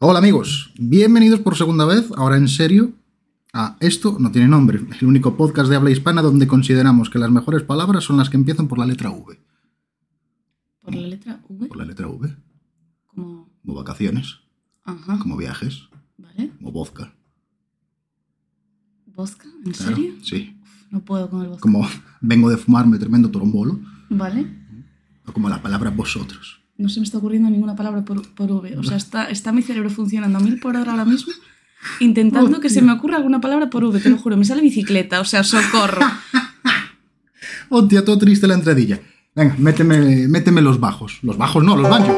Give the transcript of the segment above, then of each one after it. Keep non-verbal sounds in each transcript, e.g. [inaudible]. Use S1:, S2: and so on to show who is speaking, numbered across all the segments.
S1: Hola amigos, bienvenidos por segunda vez, ahora en serio, a Esto no tiene nombre, el único podcast de habla hispana donde consideramos que las mejores palabras son las que empiezan por la letra V.
S2: ¿Por la letra V?
S1: Por la letra V,
S2: Como.
S1: como vacaciones,
S2: Ajá.
S1: como viajes,
S2: ¿Vale?
S1: como vodka.
S2: ¿Bosca? ¿En
S1: Claro,
S2: serio?
S1: Sí,
S2: No puedo con el bosca.
S1: como vengo de fumarme tremendo trombolo,
S2: ¿Vale?
S1: o como la palabra vosotros.
S2: No se me está ocurriendo ninguna palabra por, por V. O sea, está, está mi cerebro funcionando a mil por hora ahora mismo, intentando que se me ocurra alguna palabra por V, te lo juro. Me sale bicicleta, o sea, socorro.
S1: Hostia, todo triste la entradilla. Venga, méteme, méteme los bajos. Los bajos no, los banjos.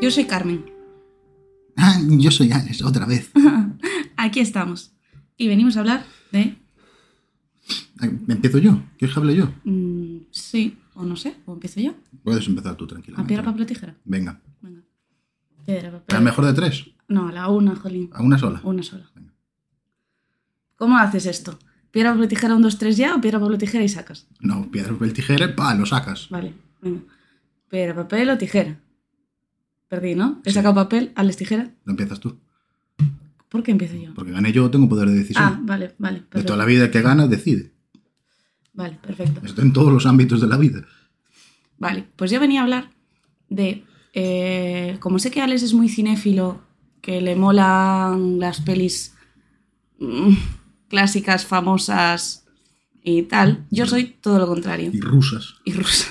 S2: Yo soy Carmen.
S1: Ah, yo soy Alex, otra vez.
S2: Aquí estamos. Y venimos a hablar de.
S1: Ah, Empiezo yo, ¿quieres que hable yo?
S2: mm, sí, o no sé, o empiezo yo.
S1: Puedes empezar tú
S2: A
S1: tranquilamente.
S2: piedra, papel o tijera.
S1: Venga,
S2: Venga. Piedra, papel.
S1: la mejor de tres,
S2: No, a la una, jolín.
S1: a una sola.
S2: Una sola.
S1: Venga.
S2: ¿Cómo haces esto? ¿Piedra, papel, tijera, un, dos, tres ya o piedra, papel, tijera y sacas?
S1: No, piedra, papel, tijera, pa, lo sacas.
S2: Vale, venga. ¿Piedra, papel o tijera? Perdí, ¿no? He sacado papel, Alex, tijera.
S1: Lo empiezas tú.
S2: ¿Por qué empiezo yo?
S1: Porque gané yo, tengo poder de decisión.
S2: Ah, vale, vale.
S1: de
S2: Perfecto.
S1: toda la vida el que gana decide.
S2: Vale, perfecto.
S1: Esto en todos los ámbitos de la vida.
S2: Vale, pues yo venía a hablar de. eh, como sé que Alex es muy cinéfilo, que le molan las pelis mm, clásicas, famosas y tal, yo soy todo lo contrario.
S1: Y rusas.
S2: y rusas.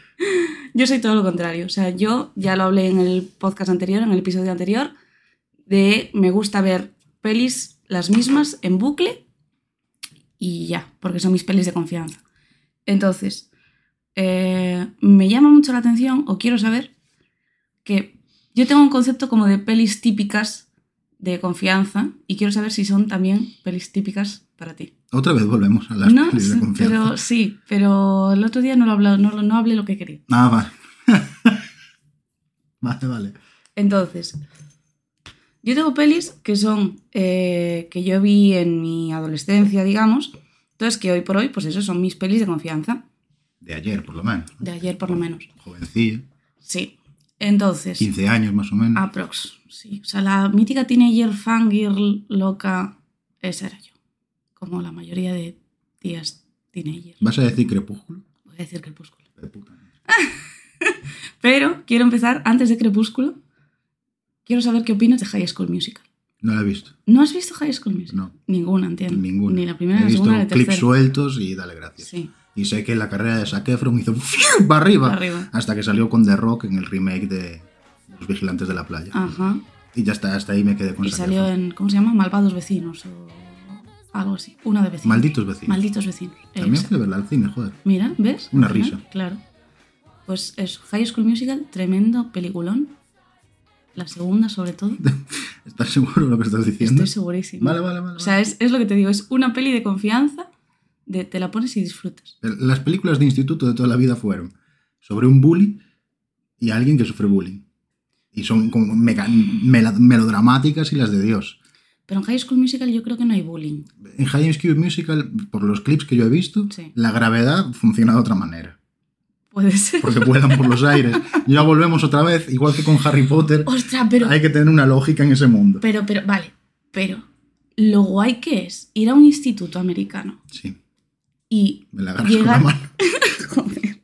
S2: [laughs] yo soy todo lo contrario. O sea, yo ya lo hablé en el podcast anterior, en el episodio anterior, de me gusta ver pelis las mismas en bucle y ya, porque son mis pelis de confianza. Entonces, eh, me llama mucho la atención, o quiero saber, que yo tengo un concepto como de pelis típicas de confianza y quiero saber si son también pelis típicas para ti
S1: Otra vez volvemos a las
S2: no,
S1: pelis de
S2: sí,
S1: confianza.
S2: [laughs] Pero, sí, pero el otro día no, lo habla- no, lo- no hablé lo que quería.
S1: Ah, vale. [laughs] vale, vale.
S2: Entonces, yo tengo pelis que son eh, que yo vi en mi adolescencia, digamos. Entonces, que hoy por hoy, pues eso son mis pelis de confianza.
S1: De ayer, por lo menos.
S2: De ayer, por lo menos.
S1: Jovencilla.
S2: Sí. Entonces,
S1: 15 años más o menos.
S2: Ah. aprox. Sí. O sea, la mítica teenager fangirl loca, esa era yo. Como la mayoría de tías teenager.
S1: ¿Vas a decir crepúsculo?
S2: Voy a decir crepúsculo.
S1: De puta madre.
S2: Pero quiero empezar antes de Crepúsculo. Quiero saber qué opinas de High School Musical.
S1: No la he visto.
S2: ¿No has visto High School Musical?
S1: No,
S2: Ninguna, entiendo.
S1: ninguna.
S2: Ni la primera,
S1: he
S2: ni la
S1: visto
S2: segunda, ni la tercera.
S1: clips sueltos y dale gracias.
S2: Sí,
S1: Y sé que la carrera de Zac Efron hizo ¡fiu! para arriba.
S2: arriba.
S1: Hasta que salió con The Rock en el remake de Los Vigilantes de la Playa.
S2: Ajá.
S1: Y ya está, hasta ahí me quedé con
S2: Ah. Y
S1: Zac
S2: salió
S1: Efron.
S2: en, ¿cómo se llama? Malvados Vecinos o algo así. Una de vecinos.
S1: Malditos vecinos.
S2: Malditos Vecinos.
S1: También
S2: Exacto.
S1: fui a verla al cine, joder.
S2: Mira, ¿ves?
S1: Una
S2: Al final,
S1: risa.
S2: Claro. Pues es High School Musical, tremendo peliculón. La segunda, sobre todo.
S1: ¿Estás seguro de lo que estás diciendo?
S2: Estoy segurísima.
S1: Vale, vale, vale.
S2: O sea, es, es lo que te digo, es una peli de confianza, de te la pones y disfrutas.
S1: vale. Las películas de instituto de toda la vida fueron sobre un bully y alguien que sufre bullying. Y son como mega- mela- melodramáticas y las de Dios.
S2: Pero en High School Musical yo creo que no hay bullying.
S1: En High School Musical, por los clips que yo he visto,
S2: Sí.
S1: la gravedad funciona de otra manera.
S2: Puede
S1: [laughs]
S2: ser.
S1: Porque vuelan por los aires. Ya volvemos otra vez, igual que con Harry Potter.
S2: Ostras, pero,
S1: Hay que tener una lógica en ese mundo.
S2: pero, pero, vale, pero lo guay que es ir a un instituto americano
S1: Sí,
S2: y
S1: me la agarras
S2: Llegar-
S1: con la mano.
S2: Joder.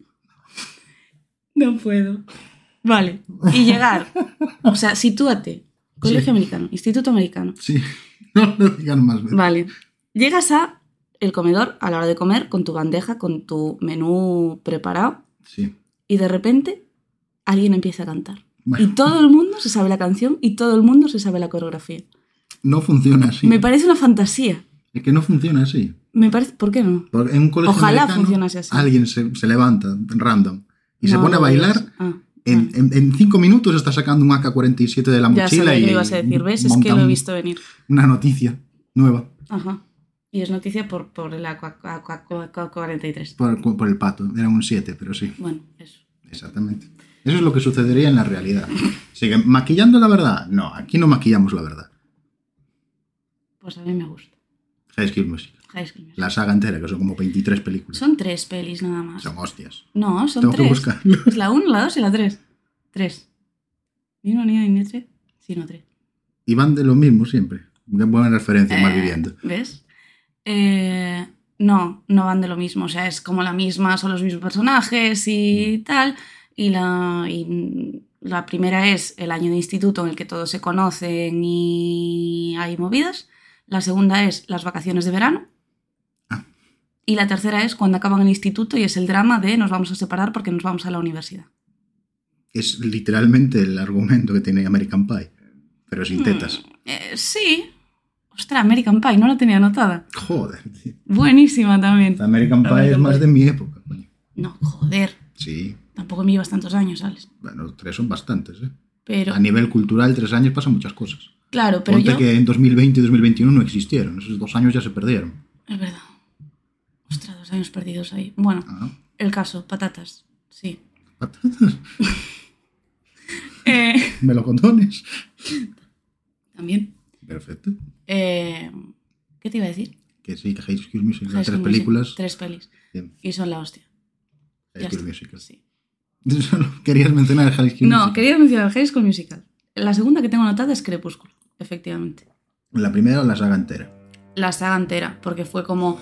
S2: No puedo. Vale, y llegar. O sea, sitúate. Colegio
S1: Sí.
S2: americano, instituto americano.
S1: Sí, [laughs] no lo digan más veces.
S2: Vale. Llegas a el comedor a la hora de comer con tu bandeja, con tu menú preparado
S1: Sí.
S2: y de repente alguien empieza a cantar.
S1: Bueno,
S2: Y todo el mundo se sabe la canción y todo el mundo se sabe la coreografía.
S1: no funciona así.
S2: Me parece una fantasía.
S1: Es que no funciona así.
S2: Me parece, ¿por qué no?
S1: Porque en un colegio
S2: Ojalá
S1: americano,
S2: funcionase así.
S1: Alguien se, se levanta random y se
S2: No,
S1: pone a
S2: no digas.
S1: bailar.
S2: Ah,
S1: En,
S2: vale.
S1: en, en cinco minutos está sacando un AK-47 de la
S2: ya
S1: mochila
S2: sabía
S1: y
S2: que lo ibas a decir, ¿ves? Es
S1: monta
S2: que lo he
S1: un-
S2: visto venir.
S1: Una noticia nueva
S2: Ajá. Y es noticia por, por la cua- cua- cua- cua- cua- 43.
S1: por, por el pato. Era un 7, pero sí,
S2: Bueno, eso.
S1: exactamente. Eso es lo que sucedería en la realidad. ¿Siguen maquillando la verdad? No, aquí no maquillamos la verdad.
S2: Pues a mí me gusta.
S1: High School Musical.
S2: High School Musical.
S1: La saga entera, que son como 23 películas.
S2: Son tres pelis nada más.
S1: Son hostias.
S2: No, son
S1: Tengo que
S2: tres.
S1: buscarlo.
S2: Es la 1, la 2 y la 3. 3. Ni uno, ni dos, ni tres. Sí, no, tres.
S1: Y van de lo mismo siempre. Qué buena referencia, más
S2: Eh,
S1: viviendo.
S2: ¿Ves? Eh, no, no van de lo mismo. O sea, es como la misma, son los mismos personajes
S1: Mm.
S2: y tal. Y la, y la primera es el año de instituto en el que todos se conocen y hay movidas. La segunda es las vacaciones de verano.
S1: Ah.
S2: Y la tercera es cuando acaban el instituto y es el drama de nos vamos a separar porque nos vamos a la universidad.
S1: Es literalmente el argumento que tiene American Pie, pero
S2: Hmm.
S1: sin tetas.
S2: Eh, sí. Ostras, American Pie, no la tenía anotada.
S1: Joder. tío.
S2: Buenísima también.
S1: [laughs] American Pie es
S2: American
S1: más
S2: Pie.
S1: de mi época. coño.
S2: No, joder.
S1: Sí.
S2: Tampoco me llevas tantos años, Alex.
S1: Bueno, tres son bastantes. ¿eh?
S2: Pero,
S1: A nivel cultural, tres años pasan muchas cosas.
S2: claro, pero
S1: Ponte
S2: yo...
S1: que en 2020 y 2021 no existieron. Esos dos años ya se perdieron.
S2: Es verdad. Ostras, dos años perdidos ahí. Bueno,
S1: Ah,
S2: el caso, patatas. Sí. [laughs]
S1: patatas, [laughs]
S2: Eh,
S1: melocotones.
S2: también.
S1: Perfecto.
S2: Eh, ¿Qué te iba a decir?
S1: Que sí, que High School Musical,
S2: High
S1: tres
S2: School Music-
S1: películas.
S2: Tres pelis.
S1: Bien,
S2: Y son la hostia.
S1: High
S2: Ya
S1: School
S2: está.
S1: Musical.
S2: Sí.
S1: [laughs] Solo querías mencionar High School
S2: No,
S1: Musical.
S2: quería mencionar High School Musical. La segunda que tengo anotada es Crepúsculo, efectivamente.
S1: La primera o la saga entera.
S2: la saga entera, porque fue como.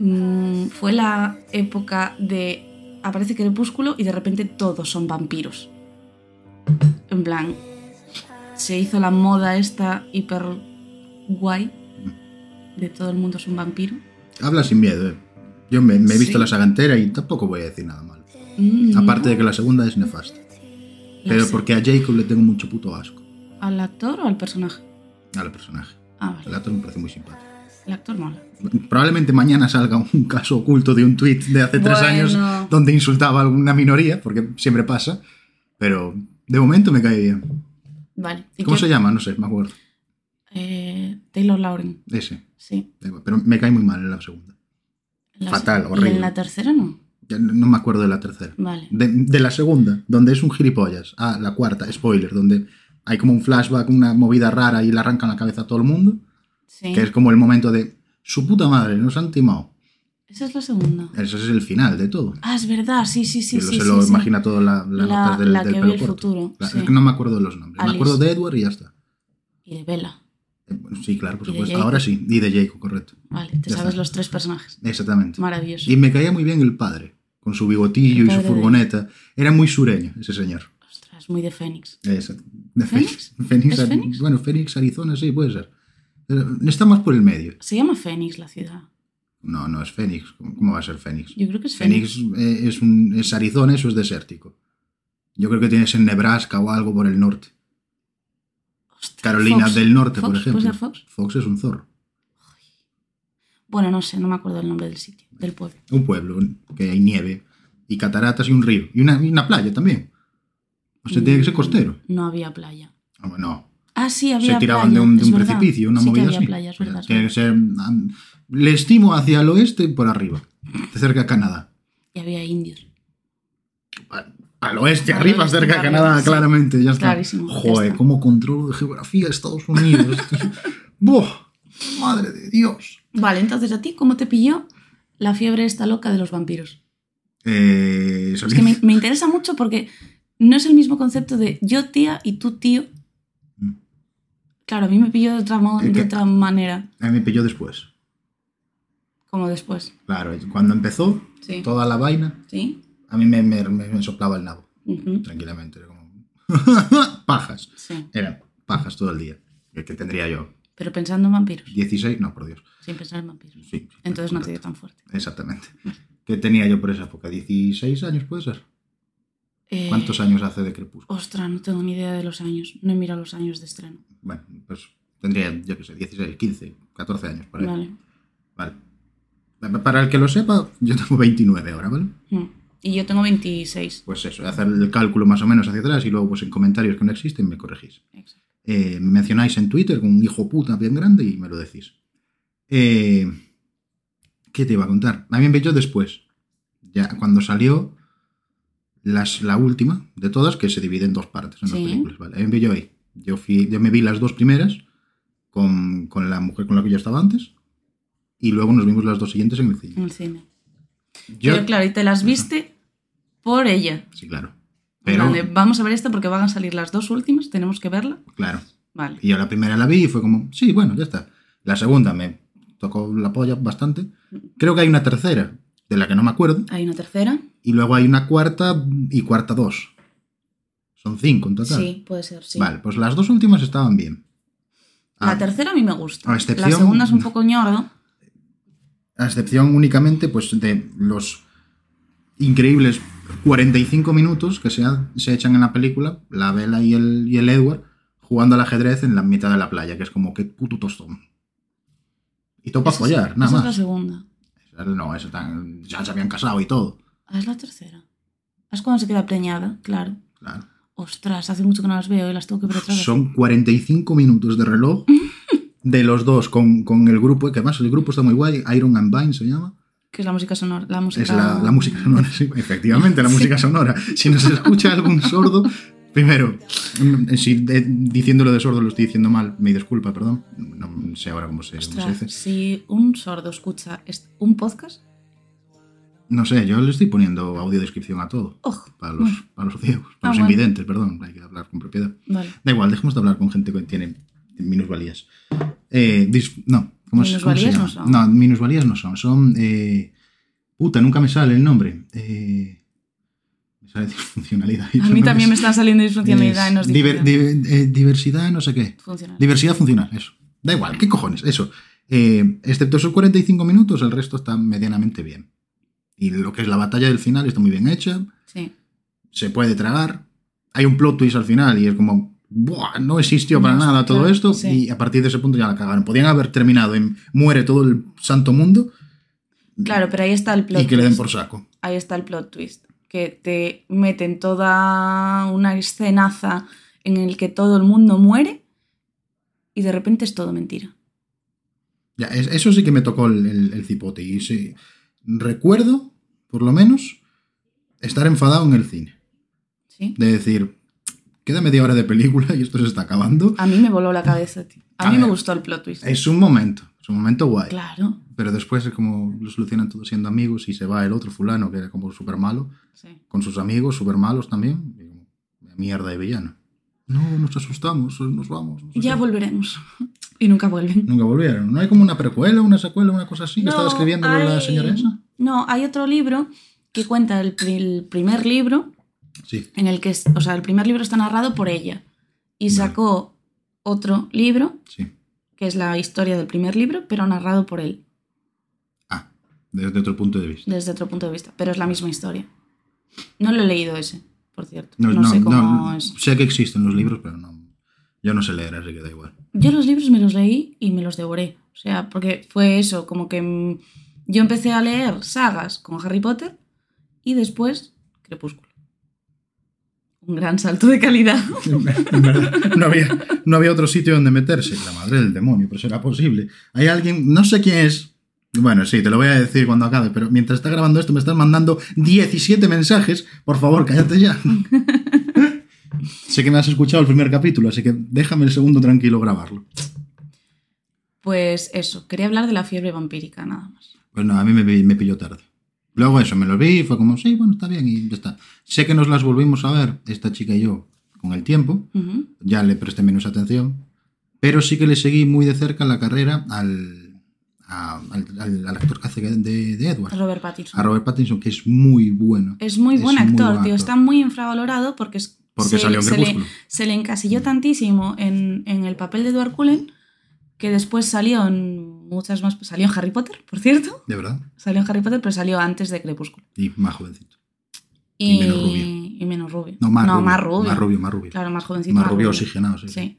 S2: mm, fue la época de. Aparece Crepúsculo y de repente todos son vampiros. En plan. Se hizo la moda esta hiper guay. De todo el mundo es un vampiro.
S1: Habla sin miedo, eh. Yo me, me he visto
S2: Sí.
S1: la saga entera y tampoco voy a decir nada malo.
S2: Mm,
S1: Aparte de que la segunda es nefasta.
S2: no
S1: Pero
S2: sé.
S1: porque a Jacob le tengo mucho puto asco.
S2: ¿Al actor o al personaje?
S1: Al personaje.
S2: Ah,
S1: El
S2: vale.
S1: actor me parece muy simpático.
S2: El actor mola.
S1: Probablemente mañana salga un caso oculto de un tweet de hace tres
S2: Bueno.
S1: años donde insultaba a alguna minoría, porque siempre pasa. Pero de momento me cae bien.
S2: Vale. ¿Y
S1: ¿Cómo
S2: qué-
S1: se llama? No sé, me acuerdo.
S2: Eh, Taylor Lauren.
S1: Ese.
S2: Sí.
S1: Da igual, Pero me cae muy mal en la segunda.
S2: La-
S1: Fatal,
S2: ¿Y
S1: horrible.
S2: en la tercera no?
S1: Ya no no me acuerdo de la tercera.
S2: Vale.
S1: De, de la segunda, donde es un gilipollas, a la cuarta, spoiler, donde hay como un flashback, una movida rara y le arrancan la cabeza a todo el mundo,
S2: Sí.
S1: que es como el momento de su puta madre, nos han timado.
S2: Esa es la segunda.
S1: Eso es el final de todo.
S2: Ah, es verdad, sí, sí, sí.
S1: que lo-
S2: sí,
S1: se
S2: sí,
S1: lo
S2: sí.
S1: imagina todo la, la,
S2: La-
S1: notas del,
S2: la
S1: del
S2: que
S1: pelo
S2: ve el
S1: corto.
S2: futuro,
S1: La-
S2: sí.
S1: es que No me acuerdo de los nombres. Me
S2: Alice.
S1: acuerdo de Edward y ya está.
S2: Y de Vela.
S1: Eh, bueno, Sí, claro, por
S2: Y de
S1: supuesto.
S2: Jacob.
S1: Ahora sí. Y de Jacob, correcto.
S2: Vale, te
S1: Ya
S2: sabes
S1: está.
S2: los tres personajes.
S1: Exactamente.
S2: Maravilloso.
S1: Y me caía muy bien el padre, con su bigotillo
S2: El
S1: y su
S2: padre de-
S1: furgoneta. Era muy sureño ese señor.
S2: Ostras, muy de Fénix.
S1: Esa- de
S2: ¿Fénix?
S1: Fénix. Fénix,
S2: ¿Es
S1: Ari-
S2: Fénix?
S1: Bueno, Fénix, Arizona, sí, puede ser. Pero está más por el medio.
S2: Se llama Fénix la ciudad.
S1: No, no es Fénix. ¿Cómo cómo va a ser Fénix?
S2: Yo creo que es Fénix.
S1: Fénix eh, es, un, es Arizona, eso es desértico. Yo creo que tienes en Nebraska o algo por el norte.
S2: Ostras,
S1: Carolina
S2: Fox.
S1: del Norte, por
S2: Fox,
S1: ejemplo.
S2: ¿Puede ser Fox?
S1: es un zorro.
S2: Bueno, no sé, no me acuerdo el nombre del sitio, del pueblo.
S1: Un pueblo que hay nieve y cataratas y un río. Y una, y una playa también. O sea, tiene que ser costero.
S2: No había playa.
S1: Ah, bueno, no.
S2: Ah, sí, había
S1: se tiraban
S2: playa,
S1: de un, de
S2: es
S1: un
S2: verdad.
S1: precipicio, una
S2: sí
S1: movida
S2: que había
S1: así.
S2: playa, es
S1: O sea,
S2: verdad. es
S1: tiene que
S2: verdad.
S1: ser. am, Le estimo hacia el oeste y por arriba, cerca a Canadá.
S2: Y había indios.
S1: Al, al oeste,
S2: Al
S1: arriba,
S2: oeste,
S1: cerca a
S2: arriba,
S1: Canadá,
S2: sí.
S1: claramente. Ya está.
S2: Clarísimo, ya
S1: Joder,
S2: está.
S1: cómo controlo de geografía Estados
S2: [laughs]
S1: Unidos. Buah, madre de Dios.
S2: Vale, entonces a ti, ¿cómo te pilló la fiebre esta loca de los vampiros?
S1: Eh, eso
S2: Es que me, me interesa mucho porque no es el mismo concepto de yo tía y tú tío.
S1: Mm.
S2: Claro, a mí me pilló de otra, mo-
S1: Eh,
S2: de
S1: que-
S2: otra manera,
S1: A mí me pilló después.
S2: como después.
S1: Claro, cuando empezó
S2: Sí.
S1: toda la vaina,
S2: ¿Sí?
S1: a mí me, me- me- me soplaba el nabo,
S2: Ujú.
S1: tranquilamente. Era como. [laughs] pajas.
S2: Sí.
S1: Eran pajas todo el día. Que que tendría yo
S2: Pero pensando en vampiros,
S1: 16, no, por Dios.
S2: sin pensar en vampiros.
S1: Sí, sí,
S2: Entonces no te dio
S1: correcto.
S2: tan fuerte.
S1: Exactamente. ¿Qué tenía yo por esa época? ¿16 años puede ser?
S2: Eh,
S1: ¿Cuántos años hace de Crepúsculo?
S2: Ostras, no tengo ni idea de los años. No he mirado los años de estreno.
S1: Bueno, pues tendría, yo qué sé, 16, 15, 14 años por ahí. Vale.
S2: Vale.
S1: Pa- Para el que lo sepa, yo tengo 29 ahora, ¿vale?
S2: Mm. Y yo tengo 26.
S1: Pues eso, hacer el cálculo más o menos hacia atrás y luego pues en comentarios que no existen me corregís.
S2: Exacto.
S1: eh, me mencionáis en Twitter con un hijo puta bien grande y me lo decís. Eh, ¿Qué te iba a contar? A mí me pilló después. Ya cuando salió las, la última de todas, que se divide en dos partes en
S2: Sí.
S1: las películas. Vale, a mí me pilló ahí. Yo, fui, yo me vi las dos primeras con, con la mujer con la que yo estaba antes y luego nos vimos las dos siguientes en el cine.
S2: en el cine.
S1: Yo,
S2: Pero claro, y te las viste por ella.
S1: sí, claro. Pero,
S2: Vale, vamos a ver esto porque van a salir las dos últimas, tenemos que verla.
S1: claro.
S2: Vale.
S1: Y yo la primera la vi y fue como, sí, bueno, ya está. La segunda me tocó la polla bastante. Creo que hay una tercera, de la que no me acuerdo.
S2: Hay una tercera.
S1: Y luego hay una cuarta y cuarta dos. Son cinco en total.
S2: Sí, puede ser, sí.
S1: Vale, pues las dos últimas estaban bien.
S2: La
S1: Ah,
S2: tercera a mí me gusta.
S1: a excepción-
S2: La segunda es un poco ñordo.
S1: A excepción únicamente pues, de los increíbles 45 minutos que se, ha- se echan en la película, la Vela y el, y el Edward, jugando al ajedrez en la mitad de la playa, que es como que puto tostón. Y todo para
S2: Esa es-
S1: follar, nada
S2: esa es la
S1: más.
S2: segunda.
S1: No, eso tan, ya se habían casado y todo.
S2: Ah, es la tercera. Es cuando se queda preñada, claro.
S1: Claro.
S2: Ostras, hace mucho que no las veo y las tengo que ver otra vez.
S1: Son 45 minutos de reloj de los dos con, con el grupo, que además el grupo está muy guay, Iron and Vine se llama.
S2: Que es la música sonora. La música...
S1: Es la, la música sonora, sí, efectivamente, la música sonora. Si nos escucha algún sordo, primero, mm, si de- diciéndolo de sordo lo estoy diciendo mal, me disculpa, perdón. No sé ahora cómo se, cómo se
S2: Ostras,
S1: dice.
S2: si un sordo escucha est- un podcast,
S1: No sé, yo le estoy poniendo audiodescripción a todo.
S2: ojo.
S1: Para los, para los ciegos, para
S2: Ah,
S1: los
S2: bueno.
S1: invidentes, perdón, hay que hablar con propiedad.
S2: Vale.
S1: Da igual, dejemos de hablar con gente que tiene minusvalías. Eh, dis- no, ¿cómo, se- cómo se
S2: Minusvalías no
S1: llama?
S2: son.
S1: No, minusvalías no son. Son. eh, puta, nunca me sale el nombre. Eh, me sale disfuncionalidad.
S2: A mí también me está saliendo disfuncionalidad
S1: Es
S2: y nos
S1: diver- diver- eh, diversidad, no sé qué.
S2: Funcional.
S1: Diversidad funcional, eso. Da igual, ¿qué cojones? Eso. Eh, excepto esos 45 minutos, el resto está medianamente bien. Y lo que es la batalla del final está muy bien hecha
S2: Sí.
S1: se puede tragar. Hay un plot twist al final y es como, "Buah, no existió para
S2: No,
S1: nada todo
S2: claro,
S1: esto.
S2: sí.
S1: Y a partir de ese punto ya la cagaron. Podían haber terminado en muere todo el santo mundo
S2: Claro, pero ahí está el plot
S1: y que le den
S2: twist.
S1: por saco.
S2: Ahí está el plot twist. Que te meten toda una escenaza en el que todo el mundo muere y de repente es todo mentira.
S1: Ya, es- eso sí que me tocó el, el- el cipote. Y sí, recuerdo, por lo menos, estar enfadado en el cine.
S2: ¿Sí?
S1: De decir, queda media hora de película y esto se está acabando.
S2: A mí me voló la cabeza, tío. A,
S1: A
S2: mí me
S1: ver.
S2: gustó el plot twist.
S1: Es un momento, es un momento guay.
S2: Claro.
S1: Pero después es como lo solucionan todo siendo amigos y se va el otro fulano que era como súper malo.
S2: Sí.
S1: con sus amigos súper malos también. y como, Mierda de villano. No, nos asustamos, nos vamos. no sé
S2: Ya
S1: qué.
S2: volveremos. [laughs] Y nunca vuelven.
S1: Nunca volvieron. ¿No hay como una precuela, una secuela, una cosa así que estaba
S2: No,
S1: escribiendo la
S2: hay-
S1: señora esa?
S2: No, hay otro libro que cuenta el, pri- el primer libro
S1: Sí.
S2: en el que, es- o sea, el primer libro está narrado por ella y
S1: Vale.
S2: sacó otro libro
S1: Sí.
S2: que es la historia del primer libro, pero narrado por él
S1: Ah, desde otro punto de vista.
S2: desde otro punto de vista, pero es la misma historia. No lo he leído ese, por cierto.
S1: No,
S2: No,
S1: no,
S2: sé cómo
S1: no,
S2: es.
S1: Sé que existen los libros, pero no. Yo no sé leer, así que da igual.
S2: Yo los libros me los leí y me los devoré. O sea, porque fue eso, como que mm, yo empecé a leer sagas con Harry Potter y después Crepúsculo. Un gran salto de calidad. [laughs]
S1: En verdad, no, había, no había otro sitio donde meterse. La madre del demonio, pero será posible. Hay alguien, no sé quién es. Bueno, sí, te lo voy a decir cuando acabe, pero mientras está grabando esto me estás mandando 17 mensajes. Por favor, cállate ya. sé que me has escuchado el primer capítulo, así que déjame el segundo tranquilo grabarlo.
S2: Pues eso, quería hablar de la fiebre vampírica, nada más.
S1: Pues no, a mí me, pi- me pilló tarde. Luego eso, me lo vi y fue como, sí, bueno, está bien y ya está. Sé que nos las volvimos a ver, esta chica y yo, con el tiempo.
S2: Ujú.
S1: ya le presté menos atención, pero sí que le seguí muy de cerca la carrera al, a- al, al- al actor que hace de, de Edward,
S2: Robert Pattinson.
S1: a Robert Pattinson, que es muy bueno.
S2: Es muy
S1: Es
S2: buen
S1: muy
S2: actor,
S1: buen actor.
S2: tío. Está muy infravalorado porque, es-
S1: Porque salió en
S2: se, le,
S1: Crepúsculo.
S2: se le encasilló tantísimo en, en el papel de Edward Cullen que después salió en muchas más. pues Salió en Harry Potter, por cierto.
S1: De verdad.
S2: Salió en Harry Potter, pero salió antes de Crepúsculo.
S1: Y más jovencito.
S2: Y,
S1: Y menos rubio.
S2: y menos rubio.
S1: No, más, rubio,
S2: más rubio.
S1: Más rubio, más rubio.
S2: Claro, más jovencito.
S1: más,
S2: más
S1: rubio
S2: rubio.
S1: oxigenado, sí.
S2: Sí.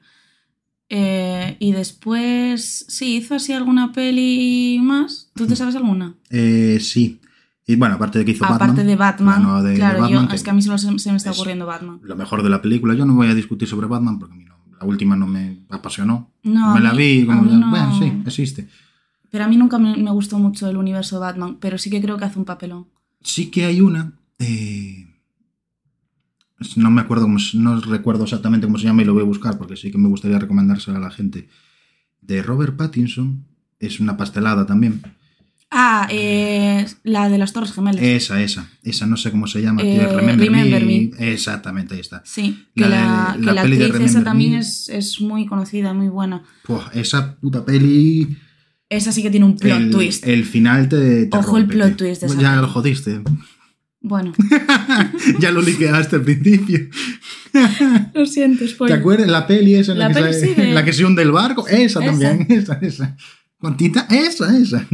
S2: Eh, y después, sí, hizo así alguna peli más. ¿Tú te sabes alguna?
S1: Eh, sí. Y bueno, aparte de que [laughs] hizo
S2: Aparte
S1: Batman,
S2: de Batman.
S1: la nueva de- de
S2: claro, yo-
S1: Batman, que-
S2: es que a mí solo se, se me está
S1: es-
S2: ocurriendo Batman.
S1: lo mejor de la película, yo no voy a discutir sobre Batman porque a mí no- la última no me apasionó.
S2: No, a
S1: me la
S2: mí-
S1: vi y
S2: a
S1: como,
S2: mí no.
S1: bueno, sí, existe.
S2: Pero a mí nunca me, me gustó mucho el universo de Batman, pero sí que creo que hace un papelón.
S1: Sí que hay una. eh, no me acuerdo cómo se- no recuerdo exactamente cómo se llama y lo voy a buscar porque sí que me gustaría recomendársela a la gente. De Robert Pattinson, es una pastelada también.
S2: Ah, eh, la de las Torres Gemelas.
S1: Esa, esa. Esa no sé cómo se llama. tío,
S2: Eh,
S1: Remember,
S2: Remember
S1: Me. Exactamente, ahí está.
S2: sí,
S1: la
S2: que
S1: de-
S2: la, que
S1: la
S2: la
S1: peli de
S2: actriz esa
S1: Remember
S2: también
S1: Me.
S2: es, es muy conocida, muy buena.
S1: Buah, esa puta peli.
S2: Esa sí que tiene un plot
S1: el, eh,
S2: twist.
S1: El final te. te
S2: Ojo el
S1: rompe,
S2: plot
S1: tío. Pues
S2: twist de esa
S1: Ya
S2: peli.
S1: lo jodiste. [laughs]
S2: Bueno,
S1: ya lo liqueaste al principio.
S2: lo
S1: [laughs]
S2: siento,
S1: ¿Te
S2: spoiler.
S1: acuerdas? La peli esa en la,
S2: Pues, La
S1: que, se,
S2: peli sí de-
S1: en [laughs] la que se hunde el barco. Esa,
S2: Esa.
S1: también. [laughs] Esa, esa. Cuantita, esa,
S2: [laughs]
S1: esa.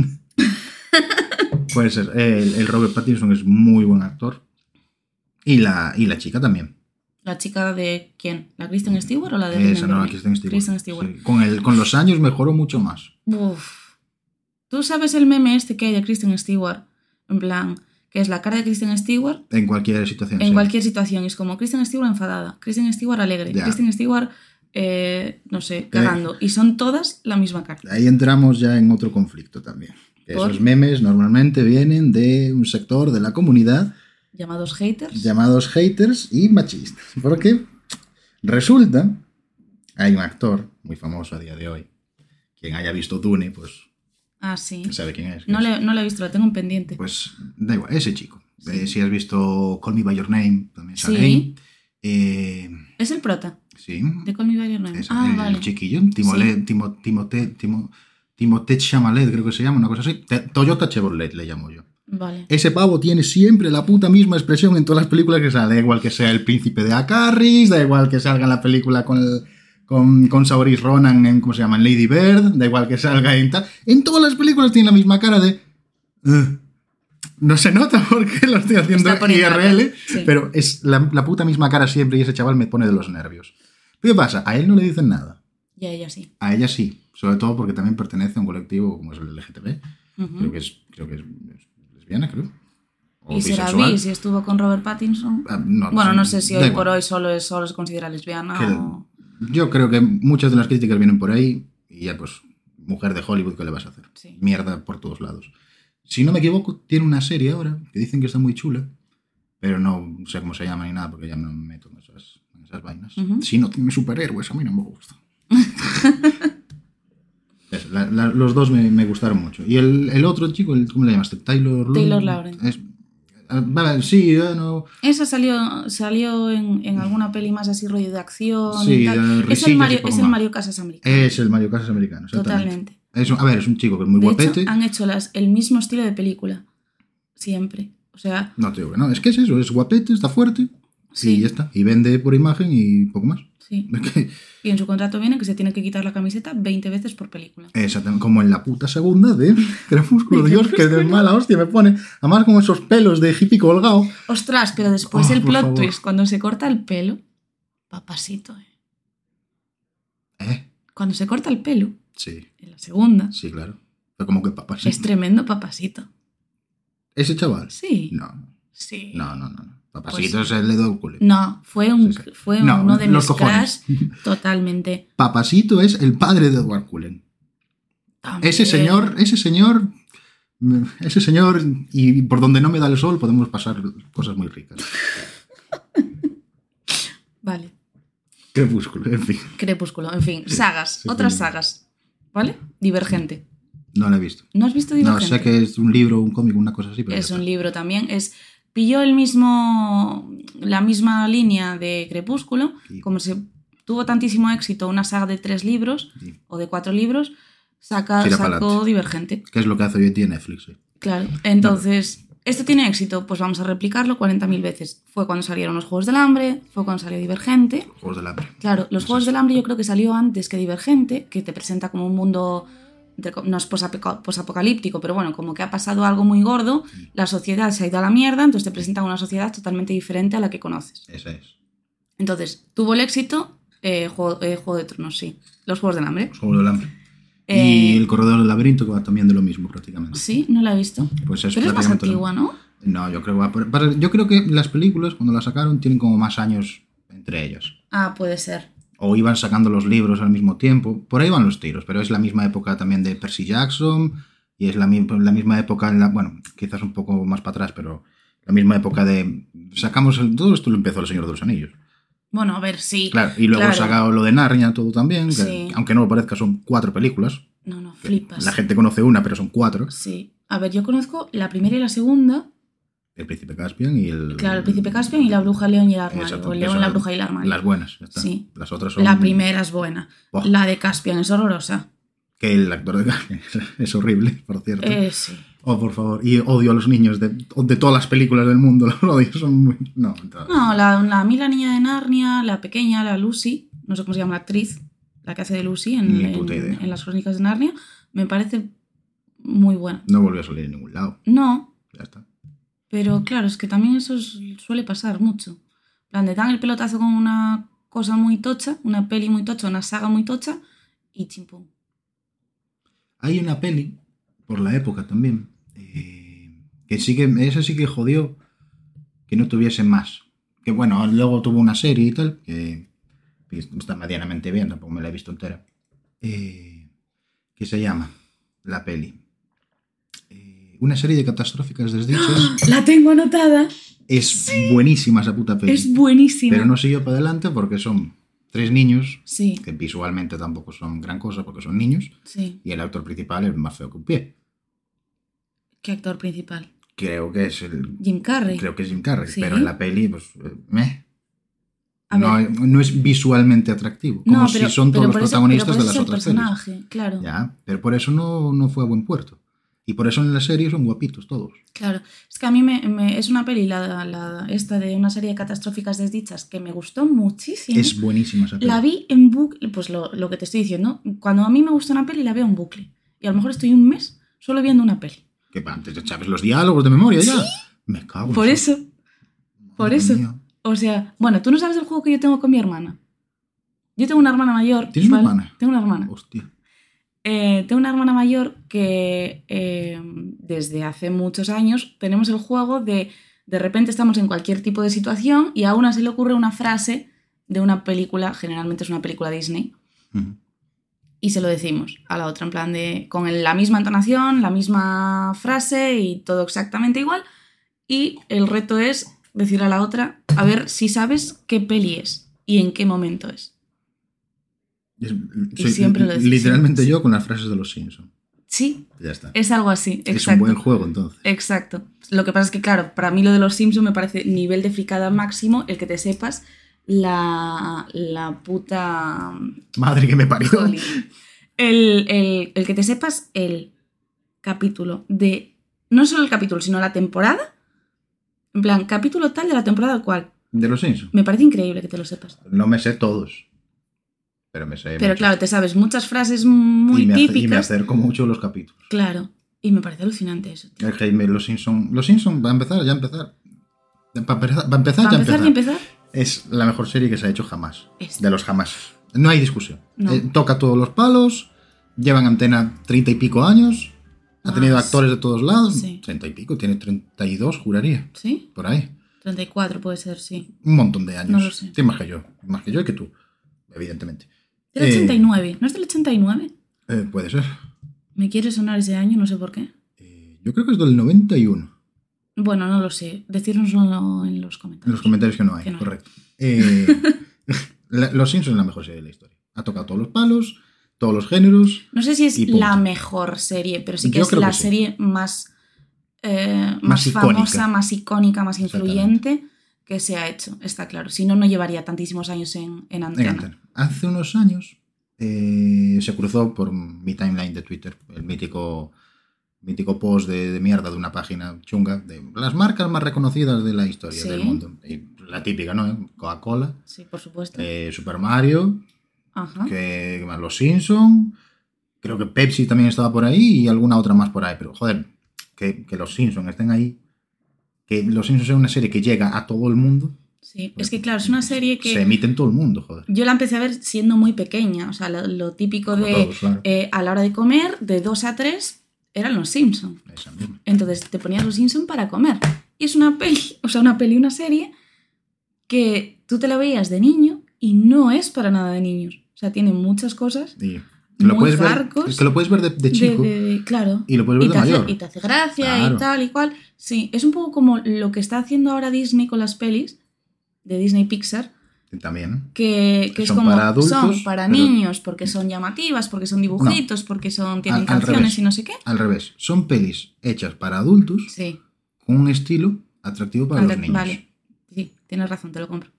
S1: Puede ser. El, el Robert Pattinson es muy buen actor. Y la, y la chica también.
S2: ¿La chica de quién? ¿La Kristen Stewart o la de
S1: Esa,
S2: Remember
S1: no,
S2: Me?
S1: la Kristen Stewart.
S2: Kristen Stewart.
S1: Sí. Con, el, con los años mejoró mucho más.
S2: Uf. ¿Tú sabes el meme este que hay de Kristen Stewart? En plan, que es la cara de Kristen Stewart
S1: En cualquier situación.
S2: en
S1: sí.
S2: cualquier situación. Es como Kristen Stewart enfadada, Kristen Stewart alegre,
S1: Ya.
S2: Kristen Stewart, eh, no sé, cagando. Y son todas la misma cara.
S1: Ahí entramos ya en otro conflicto también. Que
S2: ¿Por?
S1: Esos memes normalmente vienen de un sector de la comunidad
S2: Llamados haters.
S1: llamados haters y machistas. Porque resulta, hay un actor muy famoso a día de hoy. Quien haya visto Dune, pues
S2: Ah, sí.
S1: sabe quién es.
S2: No le, no la he visto, la tengo en pendiente.
S1: Pues da igual, ese chico.
S2: Sí.
S1: Eh, si has visto Call Me By Your Name, también sale
S2: Sí.
S1: ahí. Eh,
S2: Es el prota
S1: sí.
S2: de Call Me By Your Name.
S1: Esa,
S2: ah,
S1: el,
S2: vale.
S1: el chiquillo, Timolé, Timo, Timote, Timo, Timothée Chamalet, creo que se llama, una cosa así. Te- Toyota Chevrolet le llamo yo.
S2: Vale.
S1: Ese pavo tiene siempre la puta misma expresión en todas las películas que sale. Da igual que sea el príncipe de Acarris, da igual que salga en la película con, el- con, con Saoirse Ronan en, ¿cómo se llama? En Lady Bird, da igual que salga en tal. En todas las películas tiene la misma cara de... "Ugh". no se nota [laughs] porque lo estoy haciendo
S2: Está poniendo la
S1: IRL,
S2: cara, sí.
S1: pero es la, la puta misma cara siempre y ese chaval me pone de los nervios. ¿Qué pasa? A él no le dicen nada.
S2: Ya, ella sí.
S1: A ella sí. Sobre todo porque también pertenece a un colectivo como es el LGTB.
S2: Ujú.
S1: Creo que es, creo que es, es lesbiana, creo. O
S2: ¿Mm? Y será
S1: bisexual.
S2: bis y estuvo con Robert Pattinson.
S1: Ah, no,
S2: Bueno, no sé si
S1: da
S2: hoy
S1: igual.
S2: por hoy solo, es, solo se considera lesbiana
S1: Que-
S2: o...
S1: Yo creo que muchas de las críticas vienen por ahí y ya pues, mujer de Hollywood, ¿qué le vas a hacer?
S2: Sí.
S1: Mierda por todos lados. Si no me equivoco, tiene una serie ahora que dicen que está muy chula, pero no sé cómo se llama ni nada porque ya no me meto en esas, en esas vainas.
S2: Ujú.
S1: Si no tiene superhéroes, a mí no me
S2: [laughs]
S1: gusta. Eso, la- la- los dos me, me gustaron mucho. Y el, el otro chico, el- ¿cómo le llamaste? Taylor Lautner.
S2: Taylor Lautner.
S1: Es- ah, vale, sí, ah, no.
S2: Esa salió, salió en, en alguna peli más así rollo de acción
S1: Mm. Sí,
S2: y tal.
S1: de
S2: Oh, Es el, Mario,
S1: risillas y
S2: es
S1: poco
S2: el
S1: más.
S2: Mario Casas americano.
S1: Es el Mario Casas americano, exactamente.
S2: Totalmente.
S1: Es un- a ver, es un chico que es muy
S2: De
S1: guapete.
S2: hecho, han hecho las, el mismo estilo de película. Siempre. O sea,
S1: No te digo que no, es que es eso, es guapete, está fuerte y
S2: sí.
S1: ya está. Y vende por imagen y poco más. [laughs]
S2: sí.
S1: Es que-
S2: Y en su contrato viene que se tiene que quitar la camiseta 20 veces por película.
S1: Exactamente, como en la puta segunda de [laughs] Crepúsculo, Dios, que de mala hostia me pone. Además, con esos pelos de hippie colgado.
S2: Ostras, pero después
S1: Oh,
S2: el
S1: por
S2: plot
S1: favor.
S2: twist, cuando se corta el pelo. Papasito, eh.
S1: Eh,
S2: Cuando se corta el pelo,
S1: sí,
S2: en la segunda,
S1: sí, claro. Pero como que papá, sí.
S2: es tremendo papasito.
S1: Ese chaval.
S2: Sí.
S1: No,
S2: Sí.
S1: no, no, no. Papasito es el de Hércules.
S2: No, fue, un,
S1: Sí, sí.
S2: fue
S1: No,
S2: uno de
S1: los
S2: mis
S1: cojones. [laughs]
S2: crush totalmente.
S1: Papasito es el padre de Edward Cullen. Ese
S2: También.
S1: señor, ese señor, mm, ese señor, y por donde no me da el sol podemos pasar cosas muy ricas.
S2: Vale.
S1: Crepúsculo, en fin.
S2: Crepúsculo, en fin, sagas,
S1: Sí,
S2: otras
S1: sí.
S2: sagas. ¿Vale? Divergente.
S1: No lo he visto.
S2: ¿No has visto
S1: No,
S2: Divergente?
S1: sé que es un libro, un cómic, una cosa así, pero.
S2: Es
S1: ya
S2: un
S1: está.
S2: libro también, es pilló el mismo la misma línea de Crepúsculo,
S1: Sí.
S2: como se tuvo tantísimo éxito una saga de tres libros
S1: Sí.
S2: o de cuatro libros, saca,
S1: Tira
S2: sacó
S1: pa'lante.
S2: Divergente.
S1: ¿Qué es lo que hace hoy en día Netflix? eh?
S2: Claro, entonces, esto tiene éxito, pues vamos a replicarlo 40.000 veces. Fue cuando salieron los Juegos del Hambre, fue cuando salió Divergente.
S1: Juegos del Hambre.
S2: Claro, los
S1: Eso
S2: Juegos
S1: es.
S2: del Hambre yo creo que salió antes que Divergente, que te presenta como un mundo, entre co- no es posapeca- posapocalíptico, pero bueno, como que ha pasado algo muy gordo,
S1: Mm.
S2: la sociedad se ha ido a la mierda, entonces te presentan una sociedad totalmente diferente a la que conoces.
S1: Ese es.
S2: Entonces, tuvo el éxito eh, Juego, eh, Juego de Tronos, sí, los Juegos del Hambre.
S1: Los Juegos del Hambre.
S2: Eh,
S1: Y el Corredor del Laberinto, que va también de lo mismo prácticamente.
S2: Sí, no la he visto.
S1: Pues es
S2: Pero es más
S1: prácticamente lo
S2: antigua, ¿no?
S1: No, yo creo, que va por- para- yo creo que las películas, cuando las sacaron, tienen como más años entre ellas.
S2: Ah, puede ser.
S1: o iban sacando los libros al mismo tiempo. Por ahí van los tiros, pero es la misma época también de Percy Jackson y es la, mi- pues, la misma época, en la- bueno, quizás un poco más para atrás, pero la misma época de... Sacamos el- todo esto lo empezó el Señor de los Anillos.
S2: Bueno, a ver, sí.
S1: Claro, y luego
S2: Claro.
S1: sacado lo de Narnia, todo también, que-
S2: Sí. Pues
S1: aunque no lo parezca, son cuatro películas.
S2: No, no, flipas.
S1: La gente conoce una, pero son cuatro.
S2: Sí. A ver, yo conozco la primera y la segunda.
S1: El príncipe Caspian y el...
S2: Claro, el príncipe Caspian y la bruja león y el armario.
S1: Exacto,
S2: o el
S1: que
S2: león,
S1: son
S2: la bruja y el armario.
S1: Las buenas. ya está.
S2: Sí.
S1: Las otras son...
S2: La primera es buena.
S1: Buah.
S2: La de Caspian es horrorosa.
S1: Que el actor de Caspian [laughs] es horrible, por cierto.
S2: Eh, sí.
S1: Oh, por favor. Y odio a los niños de, de todas las películas del mundo. [laughs] Los odio. Son muy... No, no.
S2: No, la, la, a mí la niña de Narnia, la pequeña, la Lucy, no sé cómo se llama la actriz, la que hace de Lucy en,
S1: Ni puta
S2: en-
S1: idea.
S2: en las crónicas de Narnia, me parece muy buena.
S1: No volvió a salir en ningún lado.
S2: No,
S1: Ya está. Mm.
S2: pero claro, es que también eso es- suele pasar mucho. En plan, te dan el pelotazo con una cosa muy tocha, una peli muy tocha, una saga muy tocha, y chimpum.
S1: Hay una peli, por la época también, eh, que sí que, esa sí que jodió que no tuviese más. Que bueno, luego tuvo una serie y tal, que está medianamente bien, tampoco me la he visto entera. Eh, que se llama la peli. Eh, una serie de catastróficas
S2: [gasps]
S1: desdichas.
S2: La tengo anotada,
S1: es buenísima esa puta peli.
S2: es buenísima.
S1: pero no siguió para adelante porque son tres niños,
S2: Sí,
S1: que visualmente tampoco son gran cosa porque son niños,
S2: sí.
S1: y el actor principal es más feo que un pie.
S2: ¿Qué actor principal?
S1: creo que es el
S2: Jim Carrey.
S1: creo que es Jim Carrey
S2: Sí.
S1: pero en la peli pues eh, meh.
S2: A
S1: no,
S2: ver.
S1: no es visualmente atractivo como si son todos
S2: pero
S1: los
S2: por eso-
S1: protagonistas
S2: pero por
S1: de las
S2: eso
S1: otras
S2: es el
S1: series
S2: personaje, claro.
S1: ya pero por eso no, no fue a buen puerto y por eso en la serie son guapitos todos
S2: Claro, es que a mí me, me- es una peli, la, la- esta de una serie de catastróficas desdichas, que me gustó muchísimo.
S1: es buenísima esa peli
S2: La vi en bucle, pues lo, lo que te estoy diciendo, cuando a mí me gusta una peli la veo en bucle. Y a lo mejor estoy un mes solo viendo una peli.
S1: que pa, te sabes los diálogos de memoria ya me cago en
S2: Por
S1: su-
S2: eso, por
S1: Madre
S2: eso.
S1: mía.
S2: o sea, bueno, tú no sabes el juego que yo tengo con mi hermana. Yo tengo una hermana mayor.
S1: ¿Tienes una hermana?
S2: Tengo una hermana.
S1: hostia
S2: Eh, tengo una hermana mayor que eh, desde hace muchos años tenemos el juego de de repente estamos en cualquier tipo de situación y a una se le ocurre una frase de una película, generalmente es una película Disney,
S1: Ujú.
S2: y se lo decimos a la otra en plan de con el- la misma entonación, la misma frase y todo exactamente igual. Y el reto es decir a la otra a ver si sabes qué peli es y en qué momento es.
S1: Es-
S2: Y
S1: soy-
S2: siempre lo decís,
S1: literalmente
S2: sí.
S1: yo con las frases de los Simpsons
S2: Sí,
S1: ya está
S2: es algo así.
S1: es
S2: exacto.
S1: un buen juego entonces
S2: Exacto. Lo que pasa es que, claro, para mí lo de los Simpsons me parece nivel de fricada máximo el que te sepas la, la puta...
S1: madre que me parió
S2: Jolín.
S1: [laughs]
S2: El, el- el que te sepas el capítulo de... No solo el capítulo, sino la temporada. En plan, capítulo tal de la temporada cual.
S1: de los Simpsons
S2: Me parece increíble que te lo sepas.
S1: No me sé todos. Pero me sé.
S2: Pero
S1: muchos.
S2: claro, te sabes muchas frases muy
S1: y me, ace- y me
S2: típicas.
S1: acerco mucho a los capítulos.
S2: Claro. Y me parece alucinante eso. tío.
S1: El Jaime, los Simpson. Los Simpson va a empezar, ya a empezar. Va a empezar, va a empezar,
S2: Para
S1: ya a
S2: empezar
S1: empezar.
S2: y empezar, este,
S1: Es la mejor serie que se ha hecho jamás.
S2: Es-
S1: De los jamás. No hay discusión.
S2: No.
S1: Eh, toca todos los palos. Llevan antena treinta y pico años. Ha
S2: Más.
S1: tenido actores de todos lados.
S2: Ah, Sí.
S1: Treinta y pico, tiene 32, juraría.
S2: ¿Sí?
S1: Por ahí.
S2: 34 puede ser, sí.
S1: Un montón de años.
S2: No lo sé.
S1: Tiene más que yo. Más que yo y que tú. Evidentemente.
S2: Del
S1: Eh,
S2: 89, ¿no es del 89?
S1: Eh, puede ser.
S2: Me quiere sonar ese año, no sé por qué.
S1: Eh, yo creo que es del 91.
S2: Bueno, no lo sé. Decírnoslo en los
S1: En
S2: comentarios.
S1: los comentarios que no hay,
S2: Que no hay.
S1: correcto. Eh, [laughs] la- los Simpsons es la mejor serie de la historia. Ha tocado todos los palos, todos los géneros.
S2: No sé si es
S1: Y punto.
S2: la mejor serie, pero sí que
S1: Yo
S2: es
S1: creo
S2: la
S1: que sí.
S2: serie más, eh, más,
S1: Más icónica.
S2: famosa, más icónica, más
S1: Exactamente.
S2: influyente que se ha hecho, está claro. Si no, no llevaría tantísimos años en, en
S1: en
S2: antena.
S1: antena. Hace unos años eh, se cruzó por mi timeline de Twitter el mítico, mítico post de, de mierda de una página chunga de las marcas más reconocidas de la historia
S2: Sí.
S1: del mundo. Y la típica, ¿no? Eh, Coca-Cola,
S2: Sí, por supuesto.
S1: eh, Super Mario,
S2: Ajá.
S1: que que más los Simpson creo que Pepsi también estaba por ahí y alguna otra más por ahí pero joder que, que los Simpson estén ahí que los Simpson sea una serie que llega a todo el mundo
S2: Sí. Es que, claro, es una serie
S1: se
S2: que
S1: emite en todo el mundo joder
S2: yo la empecé a ver siendo muy pequeña. O sea, lo, lo típico
S1: Como
S2: de
S1: todos, claro.
S2: eh, a la hora de comer, de 2 a 3, eran los Simpsons.
S1: Esa misma.
S2: Entonces te ponías los Simpson para comer. Y es una peli, o sea, una peli, una serie que tú te la veías de niño y no es para nada de niños. O sea, tiene muchas cosas.
S1: Y que lo
S2: Muy
S1: puedes ver
S2: garcos.
S1: que lo puedes ver de, de
S2: de-
S1: chico
S2: de- de- claro.
S1: y lo puedes
S2: Y
S1: ver
S2: te,
S1: de
S2: hace,
S1: mayor
S2: y te hace gracia
S1: Claro.
S2: y tal y cual. Sí, es un poco como lo que está haciendo ahora Disney con las pelis de Disney Pixar,
S1: También.
S2: que, que es
S1: Son
S2: como
S1: para adultos,
S2: son para
S1: pero-
S2: niños porque son llamativas, porque son dibujitos, porque son tienen
S1: Al- al
S2: canciones
S1: revés.
S2: y no sé qué.
S1: Al revés, son pelis hechas para adultos
S2: Sí,
S1: con un estilo atractivo para
S2: Ante-
S1: Pues los niños.
S2: vale. Sí, tienes razón, te lo compro.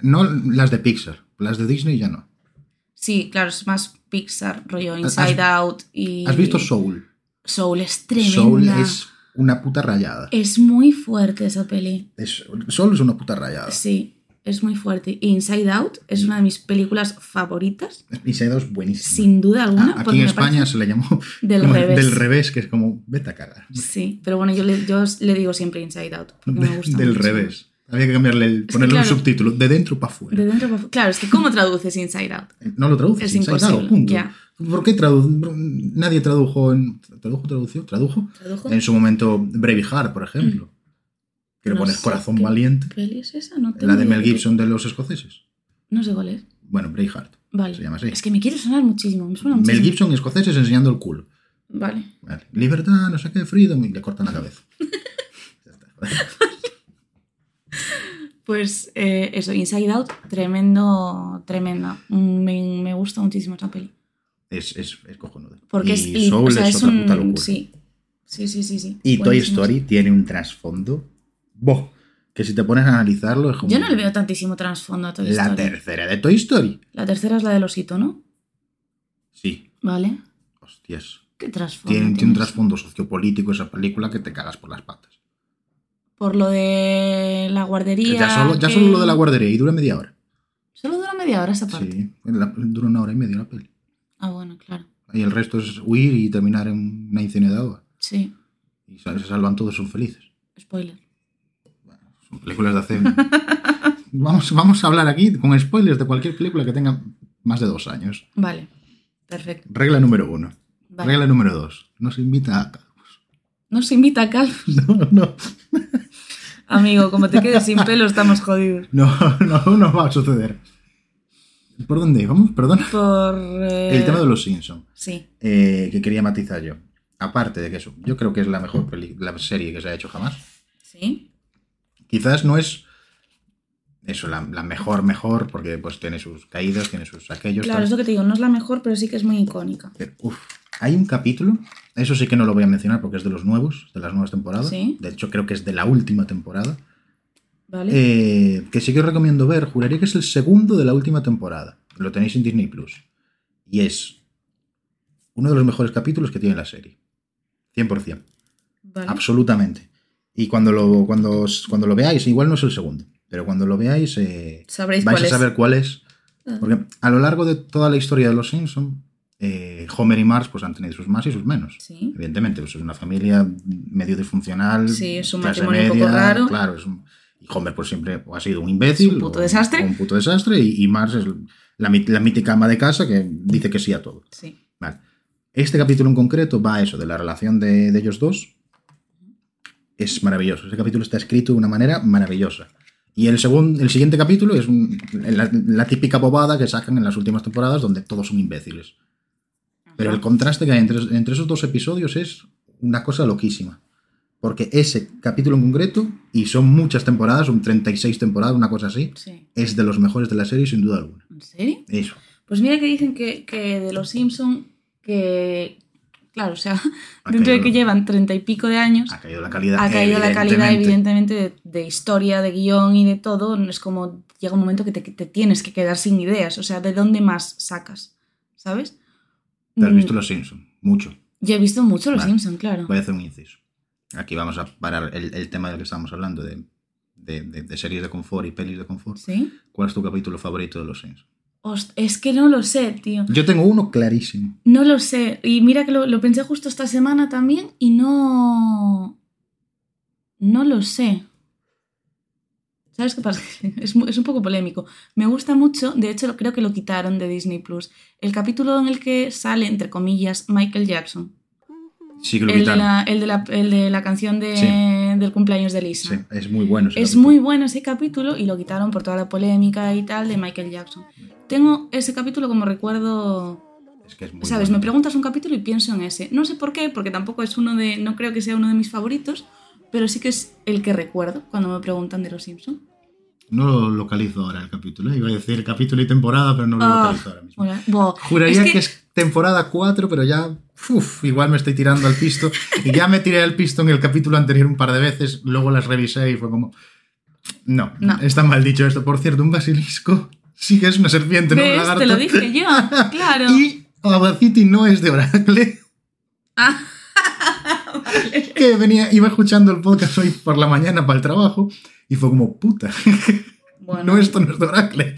S1: No las de Pixar, las de Disney ya no.
S2: Sí, claro, es más Pixar, rollo
S1: ¿Has-
S2: Inside Out y
S1: ¿Has visto Soul?
S2: Soul es tremenda.
S1: Soul es una puta rayada.
S2: Es muy fuerte esa peli.
S1: Es- Soul es una puta rayada.
S2: Sí, es muy fuerte. Y Inside Out es una de mis películas favoritas,
S1: Y se dos buenísimo.
S2: sin duda alguna.
S1: Ah, aquí
S2: porque
S1: en
S2: me
S1: España se le llamó
S2: parece
S1: [laughs]
S2: del
S1: como
S2: revés.
S1: que es como, vete a cagar.
S2: Sí, pero bueno, yo le, yo le digo siempre Inside Out. Porque me gusta
S1: del
S2: mucho.
S1: revés. Había que cambiarle, el-
S2: que
S1: ponerle
S2: claro.
S1: un subtítulo, de dentro para afuera.
S2: De dentro para fu- Claro, es que ¿cómo traduces Inside Out?
S1: No lo traduces,
S2: Es
S1: inside out,
S2: imposible.
S1: punto.
S2: Ya.
S1: ¿Por qué tradu- nadie tradujo en... ¿Tradujo, tradució? ¿Tradujo?
S2: ¿Tradujo?
S1: En su momento Braveheart, por ejemplo. Que le
S2: Mm. No
S1: pones
S2: sé
S1: Corazón
S2: qué-
S1: Valiente.
S2: ¿Qué peli es esa? No tengo
S1: La de
S2: idea
S1: Mel
S2: qué-
S1: Gibson de los escoceses.
S2: No sé cuál es.
S1: Bueno, Braveheart.
S2: Vale.
S1: Se llama así.
S2: Es que me quiere sonar muchísimo. Me suena muchísimo.
S1: Mel Gibson y escoceses enseñando el culo.
S2: Vale.
S1: Vale. Libertad, no sé qué, freedom, y le cortan la cabeza. Ya está, joder.
S2: Pues eh, eso, Inside Out, tremendo, tremenda. Mm, Me, me gusta muchísimo esa peli.
S1: es, es, es cojonudo.
S2: Porque
S1: y
S2: es, y-
S1: Soul
S2: o sea,
S1: es,
S2: es
S1: otra
S2: un-
S1: puta locura.
S2: Sí, sí, sí, sí. sí.
S1: Y Toy
S2: Buenísimo.
S1: Story tiene un trasfondo. ¡Boh! Que si te pones a analizarlo es como.
S2: Yo no le veo tantísimo trasfondo a Toy
S1: La
S2: Story.
S1: tercera de Toy Story.
S2: la tercera es la del osito, ¿no?
S1: Sí.
S2: Vale.
S1: Hostias.
S2: ¿Qué trasfondo?
S1: Tiene, tiene
S2: tiene
S1: un
S2: eso?
S1: trasfondo sociopolítico esa película que te cagas por las patas.
S2: Por lo de la guardería.
S1: Ya solo, ya
S2: que-
S1: solo lo de la guardería y dura media hora.
S2: Solo dura media hora esa parte.
S1: Sí, la- dura una hora y media la peli.
S2: Ah, bueno, claro.
S1: Y el resto es huir y terminar en una incineradora.
S2: Sí,
S1: Y se se salvan todos, son felices.
S2: spoiler.
S1: Son películas de hace. [laughs] vamos, vamos a hablar aquí con spoilers de cualquier película que tenga más de dos años.
S2: Vale, perfecto.
S1: Regla número uno.
S2: Vale.
S1: Regla número dos. No se invita a [laughs] calvos.
S2: Nos invita a Calvo.
S1: No, no,
S2: [laughs] Amigo, como te quedes sin pelo, estamos jodidos.
S1: no, no, no va a suceder. ¿Por dónde vamos? Perdona.
S2: Por. eh,
S1: El tema de los Simpsons.
S2: Sí.
S1: eh, que quería matizar yo. Aparte de que eso, yo creo que es la mejor peli- la serie que se ha hecho jamás.
S2: Sí.
S1: Quizás no es eso, la, la mejor, mejor, porque pues tiene sus caídas, tiene sus aquellos.
S2: Claro,
S1: tal.
S2: es lo que te digo, no es la mejor, pero sí que es muy icónica.
S1: Pero, uf, hay un capítulo, eso sí que no lo voy a mencionar porque es de los nuevos, de las nuevas temporadas.
S2: Sí.
S1: De hecho, creo que es de la última temporada.
S2: ¿Vale?
S1: eh, que sí que os recomiendo ver, juraría que es el segundo de la última temporada. Lo tenéis en Disney Plus. Y es uno de los mejores capítulos que tiene la serie. 100%.
S2: vale.
S1: Absolutamente. Y cuando lo, cuando, os- cuando lo veáis, igual no es el segundo, pero cuando lo veáis eh,
S2: Sabréis
S1: vais
S2: cuál
S1: a
S2: es.
S1: saber cuál es.
S2: Ah.
S1: Porque a lo largo de toda la historia de los Simpsons, Homer y Mars pues, han tenido sus más y sus menos.
S2: Sí.
S1: Evidentemente, pues es una familia medio disfuncional.
S2: Sí, es un
S1: clase
S2: matrimonio un poco raro.
S1: Claro, es un- y Homer pues siempre o ha sido un imbécil.
S2: Es un puto
S1: o
S2: desastre.
S1: o Un puto desastre. Y, y Mars es la, mit- la mítica ama de casa que dice que sí a todo.
S2: Sí.
S1: Vale. Este capítulo en concreto va a eso, de la relación de, de ellos dos. Es maravilloso. Ese capítulo está escrito de una manera maravillosa. Y el, segun- el siguiente capítulo es un- la, la típica bobada que sacan en las últimas temporadas donde todos son imbéciles. Pero el contraste que hay entre, entre esos dos episodios es una cosa loquísima. Porque ese capítulo en concreto, y son muchas temporadas, son 36 temporadas, una cosa así,
S2: Sí.
S1: es de los mejores de la serie sin duda alguna.
S2: ¿En serio?
S1: Eso.
S2: Pues mira que dicen que, que de los Simpson que. Claro, o sea, [laughs] dentro de
S1: caído-
S2: que llevan treinta y pico de años,
S1: Ha caído la calidad.
S2: ha caído la calidad,
S1: evidentemente.
S2: evidentemente, de, de historia, de guión y de todo. Es como llega un momento que te, que te tienes que quedar sin ideas. O sea, ¿de dónde más sacas? ¿Sabes?
S1: ¿Te has
S2: Mm,
S1: visto Los Simpsons? Mucho.
S2: Yo he visto mucho Los
S1: Vale.
S2: Simpson, claro.
S1: Voy a hacer un inciso. Aquí vamos a parar el, el tema del que estábamos hablando, de, de- de- de series de confort y pelis de confort.
S2: ¿Sí?
S1: ¿Cuál es tu capítulo favorito de Los Simpsons?
S2: Host- es que no lo sé, tío.
S1: Yo tengo uno clarísimo.
S2: No lo sé. Y mira que lo, lo pensé justo esta semana también y no. No lo sé. ¿Sabes qué pasa? [laughs] Es, mu- es un poco polémico. Me gusta mucho, de hecho lo- creo que lo quitaron de Disney Plus. El capítulo en el que sale, entre comillas, Michael Jackson.
S1: Sí que lo
S2: El de,
S1: quitaron.
S2: la, el, de la, el de la canción de-
S1: Sí.
S2: del cumpleaños de Lisa.
S1: Sí, es muy bueno. ese
S2: Es
S1: capítulo.
S2: muy bueno ese capítulo y lo quitaron por toda la polémica y tal de Michael Jackson. Tengo ese capítulo como recuerdo
S1: Es que es muy
S2: ¿Sabes?
S1: bueno.
S2: Me preguntas un capítulo y pienso en ese. No sé por qué, porque tampoco es uno de. No creo que sea uno de mis favoritos, pero sí que es el que recuerdo cuando me preguntan de los Simpson.
S1: No lo localizo ahora el capítulo. ¿eh? Iba a decir capítulo y temporada, pero no lo
S2: Ah,
S1: localizo ahora mismo.
S2: Hola. Buah,
S1: Juraría
S2: es
S1: que...
S2: que-
S1: es temporada 4, pero ya. uf, igual me estoy tirando al pisto. y ya me tiré al pisto en el capítulo anterior un par de veces. Luego las revisé y fue como. No,
S2: No.
S1: está mal dicho esto. Por cierto, un basilisco sí que es una serpiente, no un
S2: ¿ves?
S1: lagarto.
S2: Te lo dije yo,
S1: [laughs]
S2: claro.
S1: Y Abaciti no es de Oracle.
S2: Ah.
S1: [laughs] que venía, iba escuchando el podcast hoy por la mañana para el trabajo y fue como, puta,
S2: Bueno,
S1: no, esto no es de Oracle.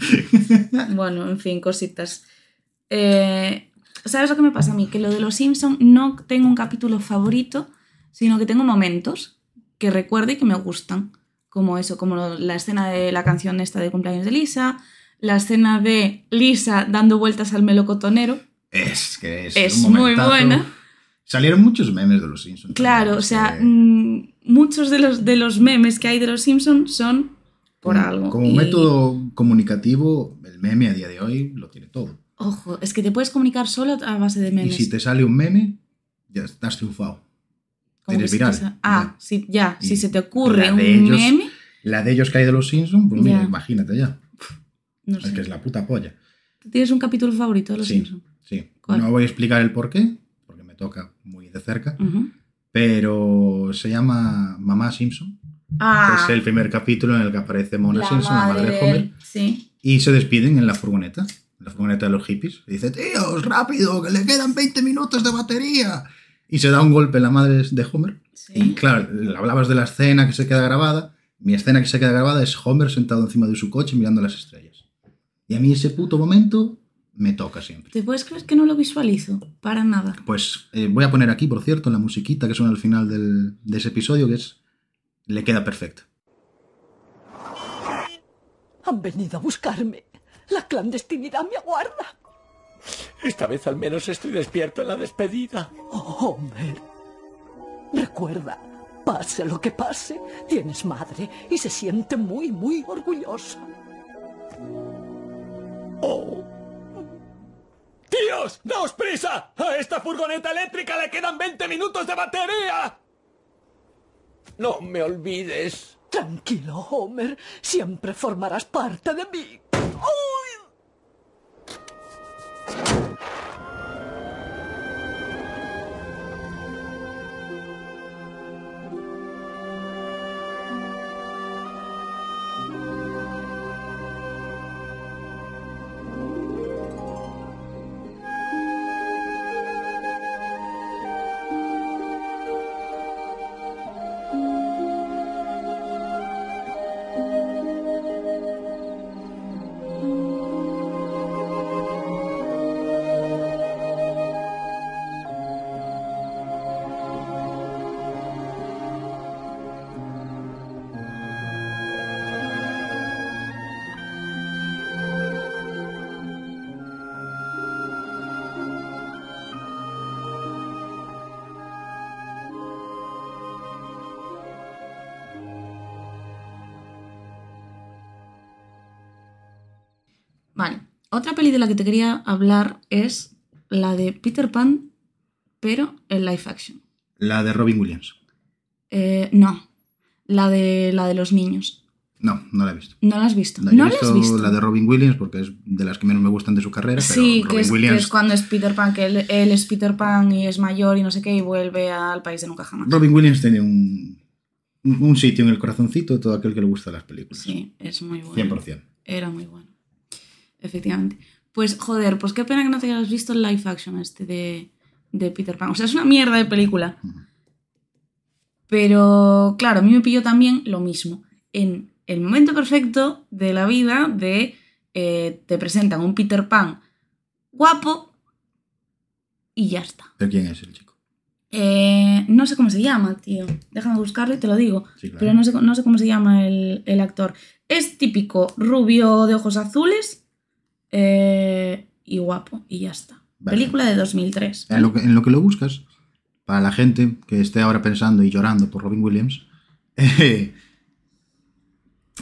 S2: bueno, en fin, cositas. Eh, ¿Sabes lo que me pasa a mí? Que lo de los Simpson no tengo un capítulo favorito, sino que tengo momentos que recuerdo y que me gustan. Como eso, como lo- la escena de la canción esta de cumpleaños de Lisa, la escena de Lisa dando vueltas al melocotonero.
S1: Es que es,
S2: Es
S1: un
S2: muy
S1: momentazo.
S2: buena.
S1: Salieron muchos memes de los Simpsons. también,
S2: Claro, o
S1: es
S2: sea,
S1: que-
S2: mm, muchos de los, de los memes que hay de los Simpson son por
S1: como-
S2: algo.
S1: Mm, Como
S2: y-
S1: método comunicativo, el meme a día de hoy lo tiene todo.
S2: Ojo, es que te puedes comunicar solo a base de
S1: Y
S2: memes.
S1: si te sale un meme, ya estás triunfado.
S2: Como
S1: eres
S2: que si te
S1: viral,
S2: sa- Ah,
S1: ya.
S2: sí, ya.
S1: Y
S2: si se te ocurre
S1: la
S2: un
S1: de ellos-
S2: meme,
S1: La de ellos que hay de los Simpsons, pues mira,
S2: Ya.
S1: imagínate ya.
S2: no
S1: Es que
S2: sé.
S1: es la puta polla.
S2: ¿Tú ¿Tienes un capítulo favorito de los
S1: Sí.
S2: Simpsons?
S1: Sí.
S2: ¿Cuál?
S1: No voy a explicar el por qué, porque me toca muy de cerca. Pero se llama Mamá Simpson.
S2: Ah,
S1: Es el primer capítulo en el que aparece Mona
S2: la
S1: Simpson, la madre de Homer.
S2: él, Sí.
S1: Y se despiden en la furgoneta, en la furgoneta de los hippies. Y dice, tíos, rápido, que le quedan 20 minutos de batería. Y se da un golpe en la madre de Homer. Y
S2: sí.
S1: claro, hablabas de la escena que se queda grabada. Mi escena que se queda grabada es Homer sentado encima de su coche mirando las estrellas. Y a mí ese puto momento me toca siempre.
S2: ¿Te puedes creer que no lo visualizo? Para nada.
S1: Pues eh, voy a poner aquí, por cierto, la musiquita que suena al final del- de ese episodio, que es... Le queda perfecta.
S3: Han venido a buscarme. La clandestinidad me aguarda.
S4: Esta vez al menos estoy despierto en la despedida.
S3: Oh, Homer. Recuerda, pase lo que pase, tienes madre y se siente muy, muy orgullosa.
S4: Oh. ¡Tíos! ¡Daos prisa! ¡A esta furgoneta eléctrica le quedan 20 minutos de batería! No me olvides.
S3: Tranquilo, Homer. Siempre formarás parte de mí. ¡Uy!
S2: Vale. Otra peli de la que te quería hablar es la de Peter Pan, pero en live action.
S1: La de Robin Williams.
S2: Eh, no. La de, la de los niños.
S1: No, no la he visto.
S2: ¿No la has visto?
S1: La,
S2: ¿No
S1: he
S2: la has visto?
S1: la de Robin Williams porque es de las que menos me gustan de su carrera. Pero
S2: Sí, que
S1: Robin
S2: es, que
S1: Williams,
S2: es cuando es Peter Pan, que él, él es Peter Pan y es mayor y no sé qué, y vuelve al país de nunca jamás.
S1: Robin Williams tiene un, un un sitio en el corazoncito de todo aquel que le gusta las películas.
S2: Sí, es muy bueno.
S1: 100%.
S2: Era muy bueno. Efectivamente. Pues, joder, pues qué pena que no te hayas visto el live action este de, de Peter Pan. O sea, es una mierda de película.
S1: Ujú.
S2: Pero, claro, a mí me pilló también lo mismo. En el momento perfecto de la vida de eh, te presentan un Peter Pan guapo y ya está.
S1: ¿Pero quién es el chico?
S2: Eh, no sé cómo se llama, tío. Déjame buscarlo y te lo digo.
S1: Sí, claro.
S2: Pero no sé, no sé cómo se llama el, el actor. Es típico rubio de ojos azules eh, y guapo, y ya está.
S1: Vale. Ah,
S2: Película de 2003.
S1: en, lo que, en lo que lo buscas, para la gente que esté ahora pensando y llorando por Robin Williams, [laughs] eh,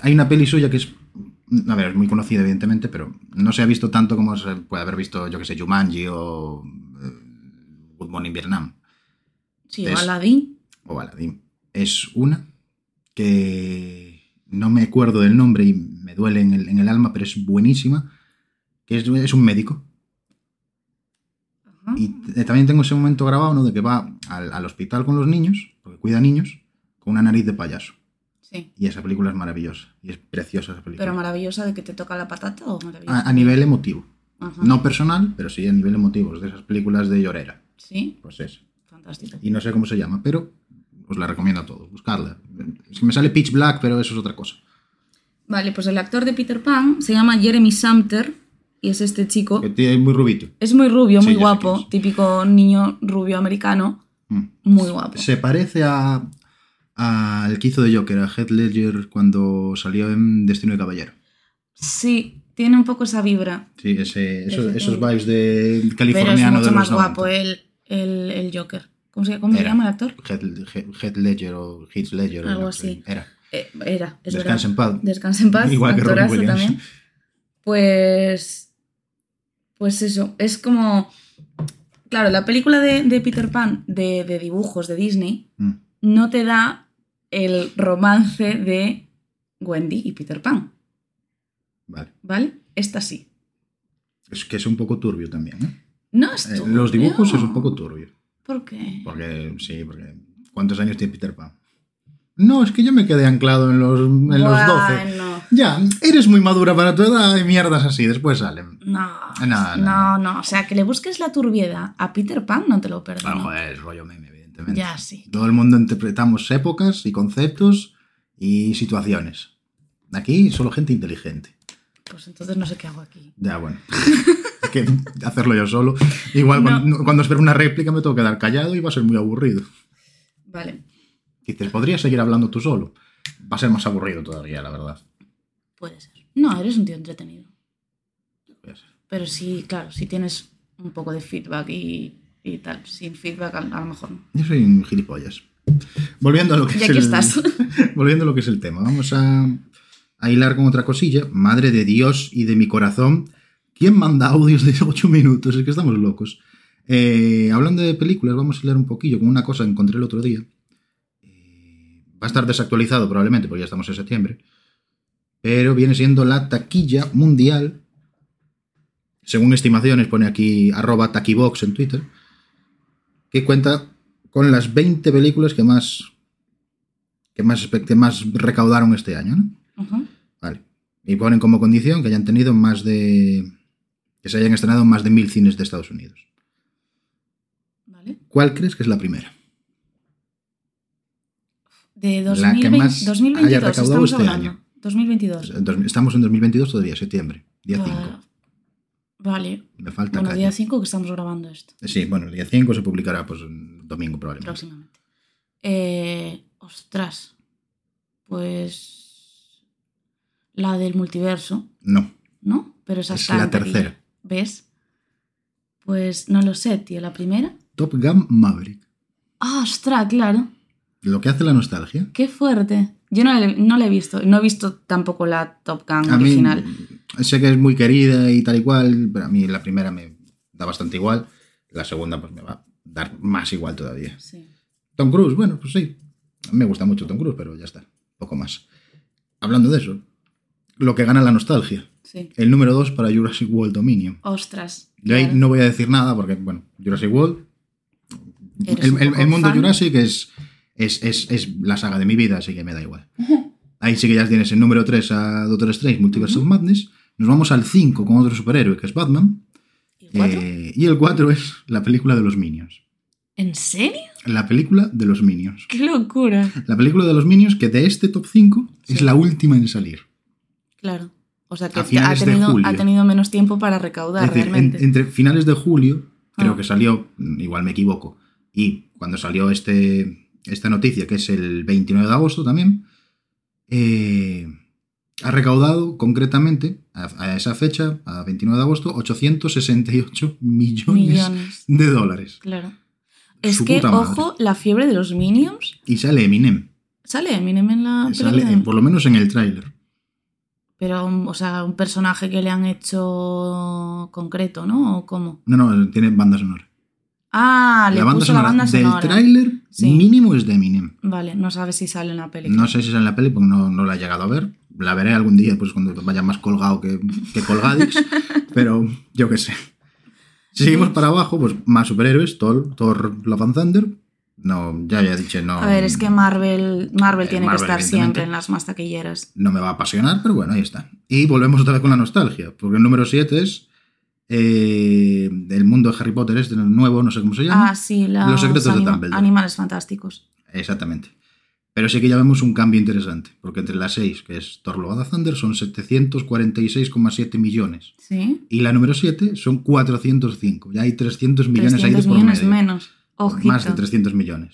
S1: hay una peli suya que es, a ver, es muy conocida evidentemente, pero no se ha visto tanto como se puede haber visto, yo que sé, Jumanji o eh, Good Morning Vietnam.
S2: Sí,
S1: es-
S2: Aladdin.
S1: o Aladdin. Es una que no me acuerdo del nombre y me duele en el, en el alma, pero es buenísima, que es, es un médico.
S2: Ajá.
S1: Y t- eh, también tengo ese momento grabado, ¿no? De que va al, al hospital con los niños, porque cuida niños, con una nariz de payaso.
S2: Sí.
S1: Y esa película es maravillosa. Y es preciosa esa película.
S2: Pero maravillosa de que te toca la patata o maravillosa.
S1: a, a nivel emotivo.
S2: Ajá.
S1: Ah, No personal, pero sí a nivel emotivo. Es de esas películas de llorera.
S2: Sí,
S1: Pues eso.
S2: fantástico.
S1: Y no sé cómo se llama, pero os la recomiendo a todos. Buscarla. Es que me sale Pitch Black, pero eso es otra cosa.
S2: Vale, pues el actor de Peter Pan se llama Jeremy Sumter y es este chico.
S1: Que tiene- Es muy rubito.
S2: Es muy rubio,
S1: Sí,
S2: muy
S1: ya sé
S2: guapo,
S1: quién es.
S2: típico niño rubio americano,
S1: Mm.
S2: muy guapo.
S1: Se parece a al que hizo de Joker, a Heath Ledger cuando salió en Destino de Caballero.
S2: Sí, tiene un poco esa vibra,
S1: Sí, ese, eso-
S2: Ese
S1: esos
S2: tío.
S1: vibes de
S2: pero
S1: californiano
S2: es
S1: de
S2: mucho
S1: los
S2: más guapo ¿eh?
S1: 90.
S2: el, el, el Joker. ¿Cómo se, cómo se
S1: Era.
S2: llama el actor?
S1: Heath, Heath- Heath Ledger o Heath Ledger.
S2: Algo
S1: era,
S2: así.
S1: Era.
S2: Eh, era, es
S1: Descansa
S2: verdad.
S1: en paz.
S2: Descansa en paz.
S1: Igual que Robin
S2: actorazo
S1: Williams.
S2: también. Pues. Pues eso, es como. Claro, la película de, de Peter Pan, de, de dibujos de Disney,
S1: Mm.
S2: no te da el romance de Wendy y Peter Pan,
S1: Vale.
S2: ¿vale? Esta sí.
S1: Es que es un poco turbio también. ¿eh?
S2: No es
S1: Eh,
S2: turbio.
S1: los dibujos es un poco turbio.
S2: ¿Por qué?
S1: Porque, sí, porque. ¿Cuántos años tiene Peter Pan? No, es que yo me quedé anclado en los, en los 12.
S2: Bueno,
S1: Ya, eres muy madura para tu edad y mierdas así, después salen.
S2: No,
S1: No, no,
S2: no, no, O sea, que le busques la turbiedad a Peter Pan no te lo
S1: Bueno,
S2: perdono.
S1: Ah, joder, es rollo meme, evidentemente.
S2: ya sí.
S1: Todo el mundo interpretamos épocas y conceptos y situaciones. Aquí solo gente inteligente.
S2: Pues entonces no sé qué hago aquí.
S1: Ya,
S2: [laughs]
S1: bueno. es que hacerlo yo solo. Igual
S2: No.
S1: cuando, cuando espero una réplica me tengo que quedar callado y va a ser muy aburrido.
S2: Vale.
S1: Dices, podrías seguir hablando tú solo. Va a ser más aburrido todavía, la verdad.
S2: Puede ser. No, eres un tío entretenido.
S1: Voy a ser.
S2: Pero sí, claro, si tienes un poco de feedback y, y tal. Sin feedback, a, a lo mejor no.
S1: Yo soy un gilipollas. Volviendo a lo que
S2: Y
S1: es
S2: aquí
S1: el,
S2: estás.
S1: Volviendo a lo que es el tema. Vamos a, a hilar con otra cosilla. Madre de Dios y de mi corazón. ¿Quién manda audios de 8 minutos? Es que estamos locos. Eh, hablando de películas, vamos a hilar un poquillo con una cosa que encontré el otro día. Eh, va a estar desactualizado probablemente, porque ya estamos en septiembre. Pero viene siendo la taquilla mundial. Según estimaciones, pone aquí arroba taquibox en Twitter. Que cuenta con las 20 películas que más que más, espe- que más recaudaron este año, ¿no?
S2: [laughs] Ujú.
S1: Vale. Y ponen como condición que hayan tenido más de. que se hayan estrenado en más de mil cines de Estados Unidos.
S2: Vale.
S1: ¿Cuál crees que es la primera?
S2: De
S1: La que
S2: 2020
S1: más
S2: 2022
S1: haya recaudado
S2: estamos
S1: este
S2: hablando.
S1: año.
S2: 2022.
S1: En dos- Estamos en 2022 todavía, septiembre, Pues día
S2: Ah,
S1: 5.
S2: Vale.
S1: Me falta
S2: Bueno,
S1: calle.
S2: día 5 que estamos grabando esto.
S1: Sí, bueno, el día 5 se publicará pues en domingo probablemente.
S2: Próximamente. Eh, ostras. Pues. La del multiverso,
S1: No,
S2: ¿no? Pero esa
S1: Es
S2: está
S1: la
S2: en taquilla.
S1: tercera.
S2: ¿Ves? Pues no lo sé, tío. La primera.
S1: Top Gun Maverick.
S2: Ah, ostras, claro.
S1: Lo que hace la nostalgia.
S2: Qué fuerte. Yo no, le- no la he visto. No he visto tampoco la Top Gun
S1: A mí,
S2: Mm, original.
S1: sé que es muy querida y tal y cual, pero a mí la primera me da bastante igual. La segunda pues me va a dar más igual todavía.
S2: Sí.
S1: Tom Cruise, bueno, pues sí. Me gusta mucho Tom Cruise, pero ya está. Poco más. Hablando de eso, lo que gana la nostalgia.
S2: Sí.
S1: El número 2 para Jurassic World Dominion.
S2: Ostras.
S1: Yo ahí
S2: claro.
S1: no voy a decir nada porque, bueno, Jurassic World.
S2: Eres
S1: El,
S2: un
S1: el-
S2: poco
S1: el mundo
S2: fan.
S1: Jurassic es, es, es- es la saga de mi vida, así que me da
S2: [laughs]
S1: igual. Ahí sí que ya tienes el número 3 a Doctor Strange, Multiverse of Madness. Nos vamos al 5 con otro superhéroe que es Batman.
S2: ¿Y el cuatro?
S1: Eh, y el 4 es la película de los Minions.
S2: ¿En serio? [laughs]
S1: La película de los Minions.
S2: ¡Qué locura!
S1: La película de los Minions, que de este top 5 es la última en salir.
S2: Claro. O sea que
S1: A
S2: ha
S1: finales de
S2: tenido,
S1: julio.
S2: ha tenido menos tiempo para recaudar
S1: es decir, en-
S2: realmente.
S1: entre finales de julio, creo
S2: Ah.
S1: que salió, mm, igual me equivoco, y cuando salió este, esta noticia, que es el 29 de agosto también, eh, ha recaudado concretamente, a, a esa fecha, a 29 de agosto, 868 millones,
S2: Millones.
S1: de dólares.
S2: Claro. Es
S1: Su
S2: que,
S1: puta madre.
S2: ojo, la fiebre de los Minions
S1: Y sale Eminem,
S2: sale Ah, Eminem en la
S1: sale,
S2: película.
S1: eh, por lo menos en el tráiler.
S2: Pero, um, o sea, un personaje que le han hecho concreto, ¿no? ¿O cómo?
S1: No, no, tiene banda sonora.
S2: Ah, le
S1: la banda
S2: puso la
S1: sonora
S2: banda
S1: del
S2: sonora.
S1: tráiler
S2: Sí.
S1: mínimo es de Eminem.
S2: Vale, no sabes si sale en la película.
S1: No sé si es en la peli porque no, no la he llegado a ver. La veré algún día, pues cuando vaya más colgado que, que
S2: [laughs]
S1: colgadix. pero yo qué sé. Si seguimos para abajo, pues más superhéroes, Thor, Thor Love and Thunder. No, ya ya dije, no.
S2: A ver, es que Marvel, Marvel
S1: Eh,
S2: tiene
S1: Marvel,
S2: que estar
S1: evidentemente.
S2: siempre en las más taquilleras.
S1: no me va a apasionar, pero bueno, ahí está. Y volvemos otra vez con la nostalgia, porque el número 7 es eh, el mundo de Harry Potter, este nuevo, no sé cómo se llama.
S2: Ah, sí, la-
S1: Los secretos de
S2: anima-
S1: Dumbledore.
S2: Animales fantásticos.
S1: Exactamente. Pero sí que ya vemos un cambio interesante, porque entre las 6, que es Thor Love and Thunder, son 746,7 millones.
S2: Sí.
S1: Y la número 7 son 405. Ya hay 300 millones ahí de
S2: 300
S1: por
S2: millones
S1: medio.
S2: menos. Ojito.
S1: Más de 300 millones.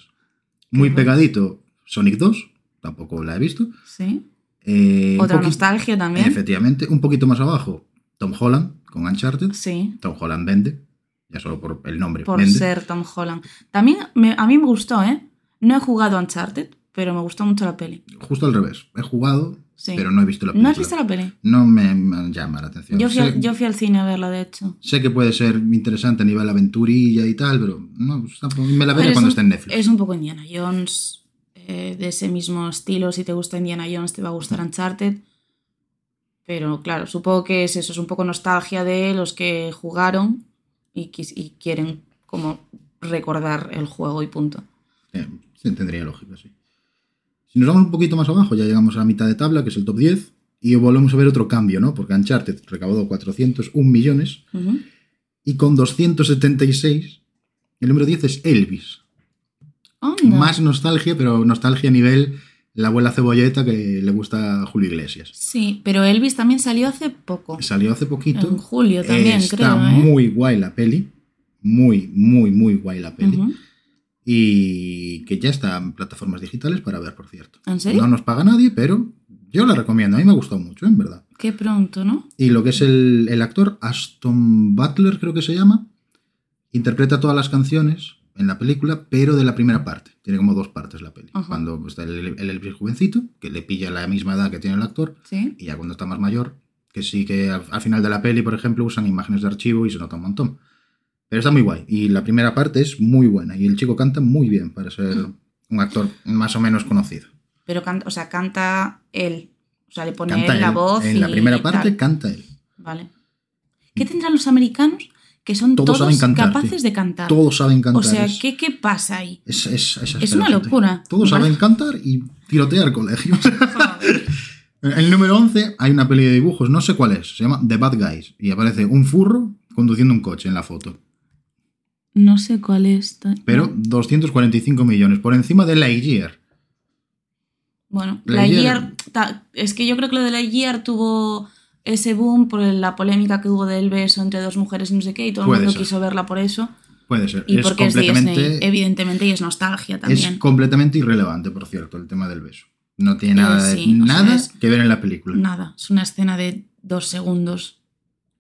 S1: Muy
S2: bueno.
S1: pegadito, Sonic 2, tampoco la he visto.
S2: Sí.
S1: Eh, un
S2: Otra
S1: poqui-
S2: nostalgia también.
S1: Efectivamente, un poquito más abajo, Tom Holland con Uncharted.
S2: Sí,
S1: Tom Holland vende, ya solo por el nombre.
S2: por
S1: vende.
S2: ser Tom Holland. También me- a mí me gustó, ¿eh? No he jugado a Uncharted, pero me gustó mucho la peli.
S1: Justo al revés. He jugado,
S2: Sí.
S1: pero no he visto la película.
S2: ¿No has visto la peli?
S1: No me, me llama la atención.
S2: Yo fui,
S1: sé,
S2: al, yo fui al cine a verla, de hecho.
S1: sé que puede ser interesante a nivel aventurilla y tal, pero no, pues tampoco- me la
S2: Pero
S1: veré
S2: es
S1: cuando
S2: un-
S1: esté en Netflix.
S2: Es un poco Indiana Jones, eh, de ese mismo estilo. Si te gusta Indiana Jones, te va a gustar Uncharted. Pero claro, supongo que es eso, es un poco nostalgia de los que jugaron y, quis- y quieren como recordar el juego y punto.
S1: Eh, sí, tendría lógica, sí. Si nos vamos un poquito más abajo, ya llegamos a la mitad de tabla, que es el top 10, y volvemos a ver otro cambio, ¿no? Porque Uncharted recaudó 401 millones
S2: Ujú.
S1: y con 276, el número 10 es Elvis.
S2: Anda.
S1: Más nostalgia, pero nostalgia a nivel la abuela cebolleta que le gusta a Julio Iglesias.
S2: Sí, pero Elvis también salió hace poco.
S1: Salió hace poquito.
S2: En julio también,
S1: Está
S2: creo, ¿eh?
S1: muy guay la peli. Muy, muy, muy guay la peli.
S2: Ujú.
S1: Y que ya está en plataformas digitales para ver, por cierto.
S2: ¿En serio?
S1: No nos paga nadie, pero yo la recomiendo. A mí me ha gustado mucho, en verdad.
S2: Qué pronto, ¿no?
S1: Y lo que es el, el actor, Aston Butler, creo que se llama, interpreta todas las canciones en la película, pero de la primera parte. Tiene como dos partes la peli.
S2: Ajá.
S1: Cuando está el, el Elvis jovencito, que le pilla la misma edad que tiene el actor,
S2: Sí.
S1: y ya cuando está más mayor, que sí que al, al final de la peli, por ejemplo, usan imágenes de archivo y se nota un montón. Pero está muy guay. Y la primera parte es muy buena. Y el chico canta muy bien para ser
S2: Mm.
S1: un actor más o menos conocido.
S2: Pero canta, o sea, canta él. O sea, le pone
S1: Canta
S2: él la
S1: él.
S2: voz.
S1: En la
S2: y
S1: primera
S2: tal.
S1: parte canta él.
S2: Vale. ¿Qué tendrán los americanos que son
S1: Todos
S2: todos,
S1: saben cantar,
S2: capaces
S1: tío.
S2: de cantar?
S1: Todos saben cantar.
S2: o sea,
S1: es-
S2: ¿qué, ¿qué pasa
S1: [laughs]
S2: ahí?
S1: Es, es- es
S2: Es una
S1: asqueroso,
S2: locura.
S1: tío. Todos
S2: Vale.
S1: saben cantar y tirotear colegios. [laughs] el número 11 hay una peli de dibujos, no sé cuál es, se llama The Bad Guys y aparece un furro conduciendo un coche en la foto.
S2: No sé cuál es. ta-
S1: Pero 245 millones, por encima de Lightyear.
S2: Bueno, la
S1: Lightyear-
S2: Year. Es que yo creo que lo de la Year tuvo ese boom por la polémica que hubo del beso entre dos mujeres y no sé qué, y todo el
S1: Puede
S2: mundo
S1: ser.
S2: quiso verla por eso.
S1: Puede ser.
S2: Y
S1: es
S2: porque es
S1: completamente,
S2: Disney, evidentemente, y es nostalgia
S1: es
S2: también.
S1: completamente irrelevante, por cierto, el tema del beso. No tiene
S2: Eh,
S1: nada, de-
S2: sí, o sea,
S1: nada
S2: es-
S1: que ver en la película.
S2: Nada, es una escena de dos segundos.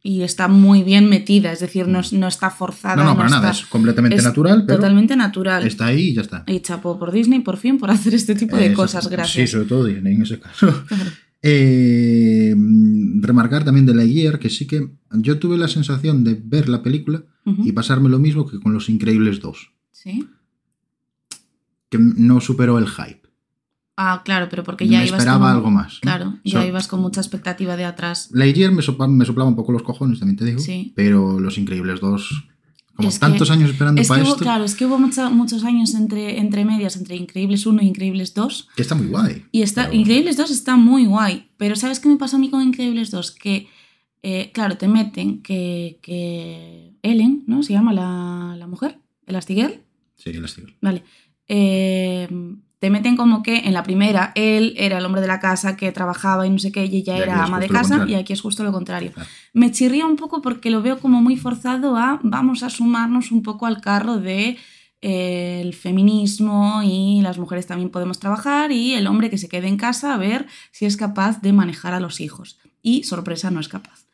S2: Y está muy bien metida, es decir, no, es- no está forzada.
S1: no, no, para
S2: está-
S1: nada. Es completamente
S2: es
S1: natural, pero
S2: Totalmente natural.
S1: está ahí y ya está.
S2: Y chapó por Disney, por fin, por hacer este tipo de
S1: Exacto.
S2: cosas. Gracias.
S1: Sí, sobre todo Disney en ese caso.
S2: [laughs] Claro.
S1: Eh, remarcar también de Lightyear que sí que yo tuve la sensación de ver la película
S2: Ujú.
S1: y pasarme lo mismo que con Los Increíbles 2,
S2: Sí.
S1: que no superó el hype.
S2: Ah, claro, pero porque ya
S1: Me
S2: ibas
S1: esperaba
S2: como-
S1: algo más. ¿no?
S2: Claro, ya
S1: So-
S2: ibas con mucha expectativa de atrás.
S1: Lightyear me, sopa- me soplaba un poco los cojones, también te digo,
S2: Sí.
S1: pero Los Increíbles 2, como
S2: Es que-
S1: tantos años esperando
S2: Es que
S1: para
S2: hubo,
S1: esto,
S2: claro, es que hubo mucha- muchos años entre, entre medias, entre Increíbles 1 e Increíbles 2.
S1: que está muy guay.
S2: Y está,
S1: Pero-
S2: Increíbles 2 está muy guay, pero ¿sabes qué me pasó a mí con Increíbles 2? Que, eh, claro, te meten que, que Ellen, ¿no? Se llama la, la mujer, Elastigirl,
S1: Sí, las digo.
S2: vale. Eh, te meten como que en la primera él era el hombre de la casa que trabajaba y no sé qué, y ella
S1: Y aquí
S2: era
S1: es
S2: ama de
S1: justo lo
S2: casa, y
S1: contrario.
S2: aquí es justo lo contrario.
S1: Claro.
S2: Me chirría un poco porque lo veo como muy forzado a vamos a sumarnos un poco al carro de eh, el feminismo y las mujeres también podemos trabajar y el hombre que se quede en casa a ver si es capaz de manejar a los hijos. Y sorpresa, no es capaz.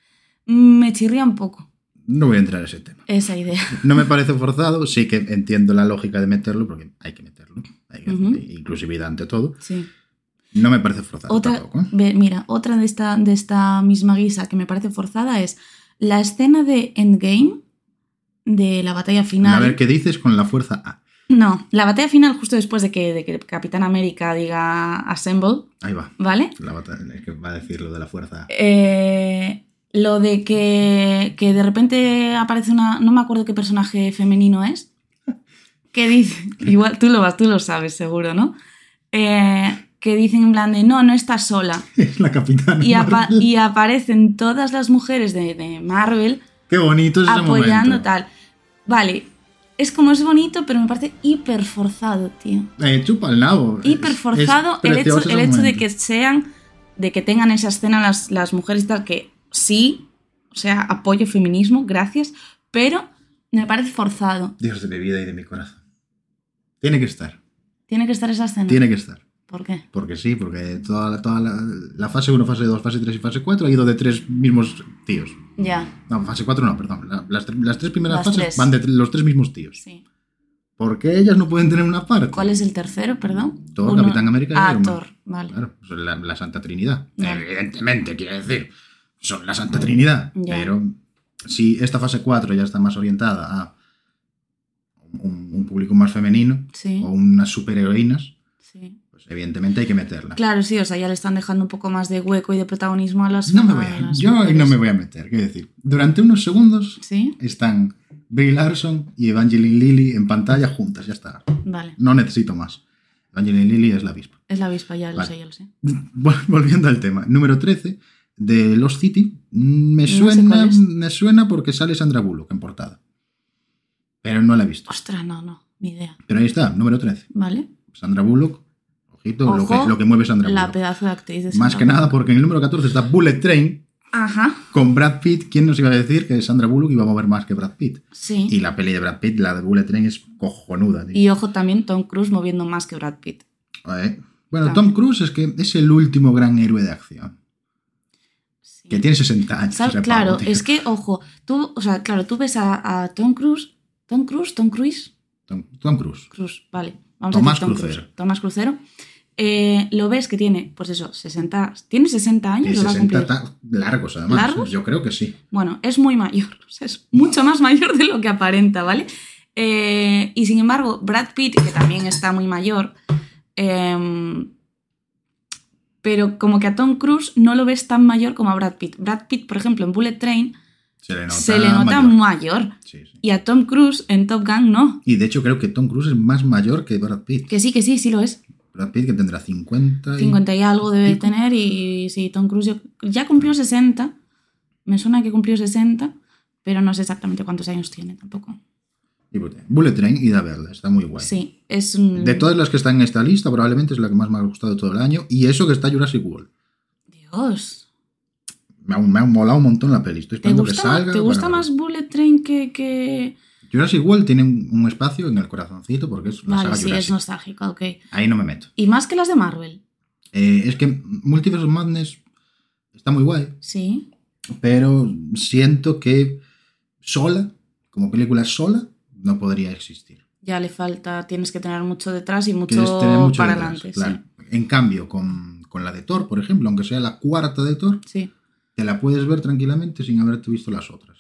S2: Mm, Me chirría un poco
S1: No voy a entrar en ese tema.
S2: esa idea. [laughs]
S1: No me parece forzado, sí que entiendo la lógica de meterlo, porque hay que meterlo. Hay que-
S2: Ujú.
S1: Inclusividad ante todo.
S2: Sí.
S1: No me parece forzado
S2: Otra,
S1: tampoco. ¿eh?
S2: ve- mira, otra de esta, de esta misma guisa que me parece forzada es la escena de Endgame de la batalla final.
S1: A ver qué dices con la fuerza A.
S2: No, la batalla final justo después de que, de que Capitán América diga Assemble,
S1: Ahí va.
S2: ¿vale?
S1: La bata- es que va a decir lo de la fuerza A.
S2: Eh, lo de que, que de repente aparece una. No me acuerdo qué personaje femenino es.
S1: [laughs]
S2: Que dice. Igual tú lo vas, tú lo sabes, seguro, ¿no? Eh, que dicen en plan de no, no estás sola.
S1: [laughs] Es la capitana.
S2: Y, apa-
S1: Marvel.
S2: y aparecen todas las mujeres de, de Marvel
S1: Qué bonito es ese
S2: apoyando
S1: momento.
S2: tal. Vale, es como es bonito, pero me parece hiper forzado, tío.
S1: Eh, chupa el nabo.
S2: Hiper forzado el hecho, el hecho de que sean, de que tengan esa escena las, las mujeres y tal, que sí, o sea, apoyo feminismo, gracias, pero me parece forzado.
S1: Dios de mi vida y de mi corazón. Tiene que estar.
S2: Tiene que estar esa escena.
S1: Tiene que estar.
S2: ¿Por qué?
S1: Porque sí, porque toda, la, toda la, la fase 1, fase 2, fase 3 y fase 4 ha ido de tres mismos tíos.
S2: Ya,
S1: No, fase 4 no, perdón. La- Las, tre- las tres primeras
S2: Las
S1: fases
S2: tres.
S1: van de tre- los tres mismos tíos.
S2: sí.
S1: ¿Por qué ellas no pueden tener una parte?
S2: ¿Cuál es el tercero, perdón?
S1: Thor,
S2: Uno-
S1: Capitán América y
S2: Ah,
S1: Iron Man.
S2: Thor, vale.
S1: Claro, pues la, la Santa Trinidad.
S2: Ya.
S1: Evidentemente, quiero decir, son la Santa Trinidad.
S2: Ya.
S1: Pero si esta fase 4 ya está más orientada a un, un público más femenino
S2: Sí,
S1: o unas superheroínas,
S2: sí.
S1: pues evidentemente hay que meterla.
S2: Claro, sí, o sea, ya le están dejando un poco más de hueco y de protagonismo a las
S1: No me voy
S2: a
S1: a,
S2: las
S1: yo ahí
S2: mujeres.
S1: no me voy a meter, quiero decir. Durante unos segundos
S2: Sí,
S1: están Brie Larson y Evangeline Lilly en pantalla juntas, ya está.
S2: vale.
S1: No necesito más. Evangeline Lilly es la avispa.
S2: Es la avispa, ya lo
S1: Vale.
S2: sé, ya lo sé.
S1: Vol- Volviendo al tema, número 13 de Lost City. Mm, Me
S2: sé
S1: suena,
S2: cuál es.
S1: me suena porque sale Sandra Bullock en portada. Pero no la he visto.
S2: Ostras, no, no, ni idea.
S1: Pero ahí está, número 13.
S2: Vale.
S1: Sandra Bullock. Ojito, lo
S2: Ojo,
S1: que, lo que mueve Sandra
S2: La
S1: Bullock.
S2: pedazo de actriz de
S1: Más
S2: Sandra
S1: que
S2: Bullock.
S1: nada porque en el número 14 está Bullet Train
S2: Ajá,
S1: con Brad Pitt. ¿Quién nos iba a decir que Sandra Bullock iba a mover más que Brad Pitt?
S2: sí.
S1: Y la peli de Brad Pitt, la de Bullet Train, es cojonuda. tío.
S2: Y ojo también Tom Cruise moviendo más que Brad Pitt.
S1: Eh, Bueno,
S2: También.
S1: Tom Cruise es que es el último gran héroe de acción.
S2: Sí.
S1: Que tiene 60 años.
S2: ¿Sabes?
S1: ese pavo,
S2: Claro,
S1: tío.
S2: es que, ojo, tú, o sea, claro, tú ves a, a Tom Cruise, Tom Cruise, Tom Cruise,
S1: Tom- Tom Cruise.
S2: Cruz, vale. Vamos
S1: Tomás
S2: a decir Tom
S1: Crucero.
S2: Cruise. Tomás Crucero. Eh, lo ves que tiene, pues eso, 60, tiene 60 años,
S1: Tiene
S2: lo va a
S1: 60
S2: cumplir.
S1: ta- largos, además.
S2: ¿Largos?
S1: Yo creo que sí.
S2: Bueno, es muy mayor, [laughs] o sea, es mucho más mayor de lo que aparenta, ¿vale? Eh, y sin embargo, Brad Pitt, que también está muy mayor, em, pero como que a Tom Cruise no lo ves tan mayor como a Brad Pitt. Brad Pitt, por ejemplo, en Bullet Train
S1: Se le nota.
S2: se le nota
S1: mayor.
S2: mayor.
S1: Sí, sí.
S2: y a Tom Cruise en Top Gun no.
S1: Y de hecho, creo que Tom Cruise es más mayor que Brad Pitt.
S2: Que sí, que sí, sí lo es.
S1: Brad Pitt que tendrá 50. y-
S2: 50 y algo debe
S1: pico.
S2: tener y sí, Tom Cruise yo- ya cumplió 60. Me suena que cumplió 60, pero no sé exactamente cuántos años tiene tampoco.
S1: y Bullet Train. Bullet Train y da verla, está muy guay.
S2: Sí, es un...
S1: De todas las que están en esta lista, probablemente es la que más me ha gustado todo el año. Y eso que está Jurassic World.
S2: Dios.
S1: Me ha, me ha molado un montón la peli. Estoy
S2: ¿Te
S1: esperando que
S2: gusta,
S1: salga.
S2: ¿te gusta
S1: para-
S2: más Bullet Train que... que...
S1: Jurassic World tiene un, un espacio en el corazoncito porque es la
S2: Vale,
S1: saga
S2: sí, es
S1: Jurassic.
S2: nostálgica, ok.
S1: Ahí no me meto.
S2: Y más que las de Marvel.
S1: Eh, es que Multiverse of Madness está muy guay.
S2: Sí.
S1: pero siento que sola, como película sola, no podría existir.
S2: Ya le falta, tienes que tener mucho detrás y mucho,
S1: Quieres tener mucho
S2: para
S1: detrás,
S2: adelante.
S1: claro. En cambio, con, con la de Thor, por ejemplo, aunque sea la cuarta de Thor,
S2: Sí. sí.
S1: te la puedes ver tranquilamente sin haberte visto las otras.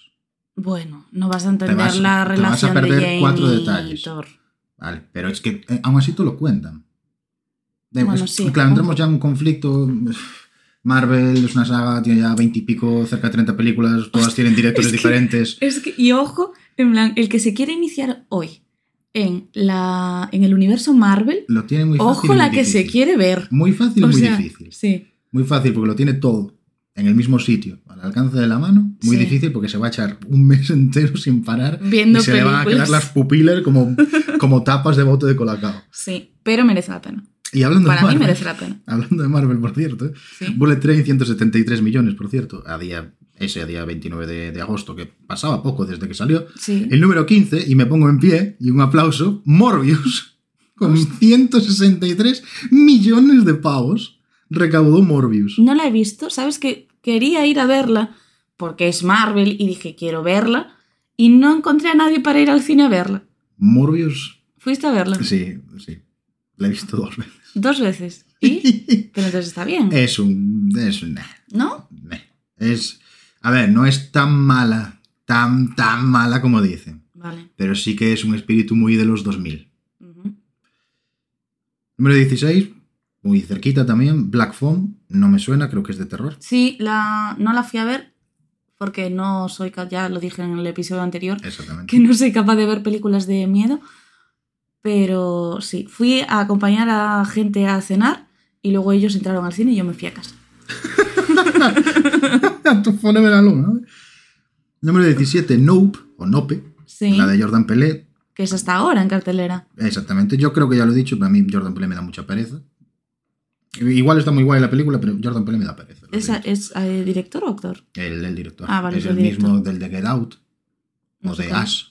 S2: Bueno, no vas a entender
S1: vas-
S2: la
S1: te vas a
S2: relación
S1: perder
S2: de Jane
S1: cuatro
S2: y
S1: detalles.
S2: Thor.
S1: Vale, pero es que eh, aún así te lo cuentan. Da igual,
S2: Bueno,
S1: es-
S2: sí,
S1: claro,
S2: un
S1: entramos ya en un conflicto. [sighs] Marvel es una saga, tiene ya veintipico, cerca de 30 películas, todas tienen directores
S2: es que-
S1: diferentes.
S2: Es que, y ojo, en plan, el que se quiere iniciar hoy en, la, en el universo Marvel,
S1: Lo tiene muy fácil. y
S2: ojo
S1: muy
S2: la que se
S1: difícil.
S2: quiere ver.
S1: Muy fácil y
S2: O
S1: muy
S2: sea,
S1: difícil.
S2: Sí,
S1: Muy fácil porque lo tiene todo en el mismo sitio, al alcance de la mano. Muy
S2: Sí.
S1: difícil porque se va a echar un [laughs] mes entero sin parar
S2: viendo
S1: y se le van a
S2: películas.
S1: quedar las pupilas como, como tapas de bote de colacao.
S2: Sí, pero merece la pena.
S1: Y hablando
S2: Para
S1: de
S2: mí
S1: Marvel,
S2: merece la pena.
S1: hablando de Marvel, por cierto, eh,
S2: Sí.
S1: Bullet Train 173 millones, por cierto, a día ese a día 29 de, de agosto, que pasaba poco desde que salió.
S2: Sí.
S1: El número 15, y me pongo en pie, y un aplauso, Morbius, [laughs] con 163 millones de pavos, recaudó Morbius.
S2: No la he visto, sabes que quería ir a verla porque es Marvel y dije quiero verla y no encontré a nadie para ir al cine a verla.
S1: Morbius
S2: Fuiste a verla
S1: Sí, sí. La he visto dos veces.
S2: dos veces.
S1: [laughs]
S2: ¿Y? Pero entonces está bien,
S1: es un. Es un. nah,
S2: ¿no?
S1: nah. Es. A ver, no es tan mala. Tan, tan mala como dicen.
S2: Vale.
S1: Pero sí que es un espíritu muy de los 2000.
S2: Ujú.
S1: Número 16, muy cerquita también, Black Phone, no me suena, creo que es de terror.
S2: Sí, la, no la fui a ver porque no soy, ca- ya lo dije en el episodio anterior, que
S1: Exactamente.
S2: no soy capaz de ver películas de miedo. Pero sí, fui a acompañar a gente a cenar y luego ellos entraron al cine y yo me fui a casa.
S1: [laughs] Tú poneme la luna. Número 17, Nope, o Nope,
S2: Sí,
S1: la de Jordan Pelé.
S2: que es hasta ahora en cartelera.
S1: Exactamente, yo creo que ya lo he dicho, pero a mí Jordan Pelé me da mucha pereza. Igual está muy guay la película, pero Jordan Pelé me da pereza. lo
S2: ¿Es,
S1: siento.
S2: es eh, director o actor?
S1: El, el director.
S2: Ah, vale,
S1: es
S2: es
S1: el
S2: el director.
S1: mismo del de Get Out
S2: No
S1: o
S2: sé
S1: de
S2: cuál.
S1: Ash.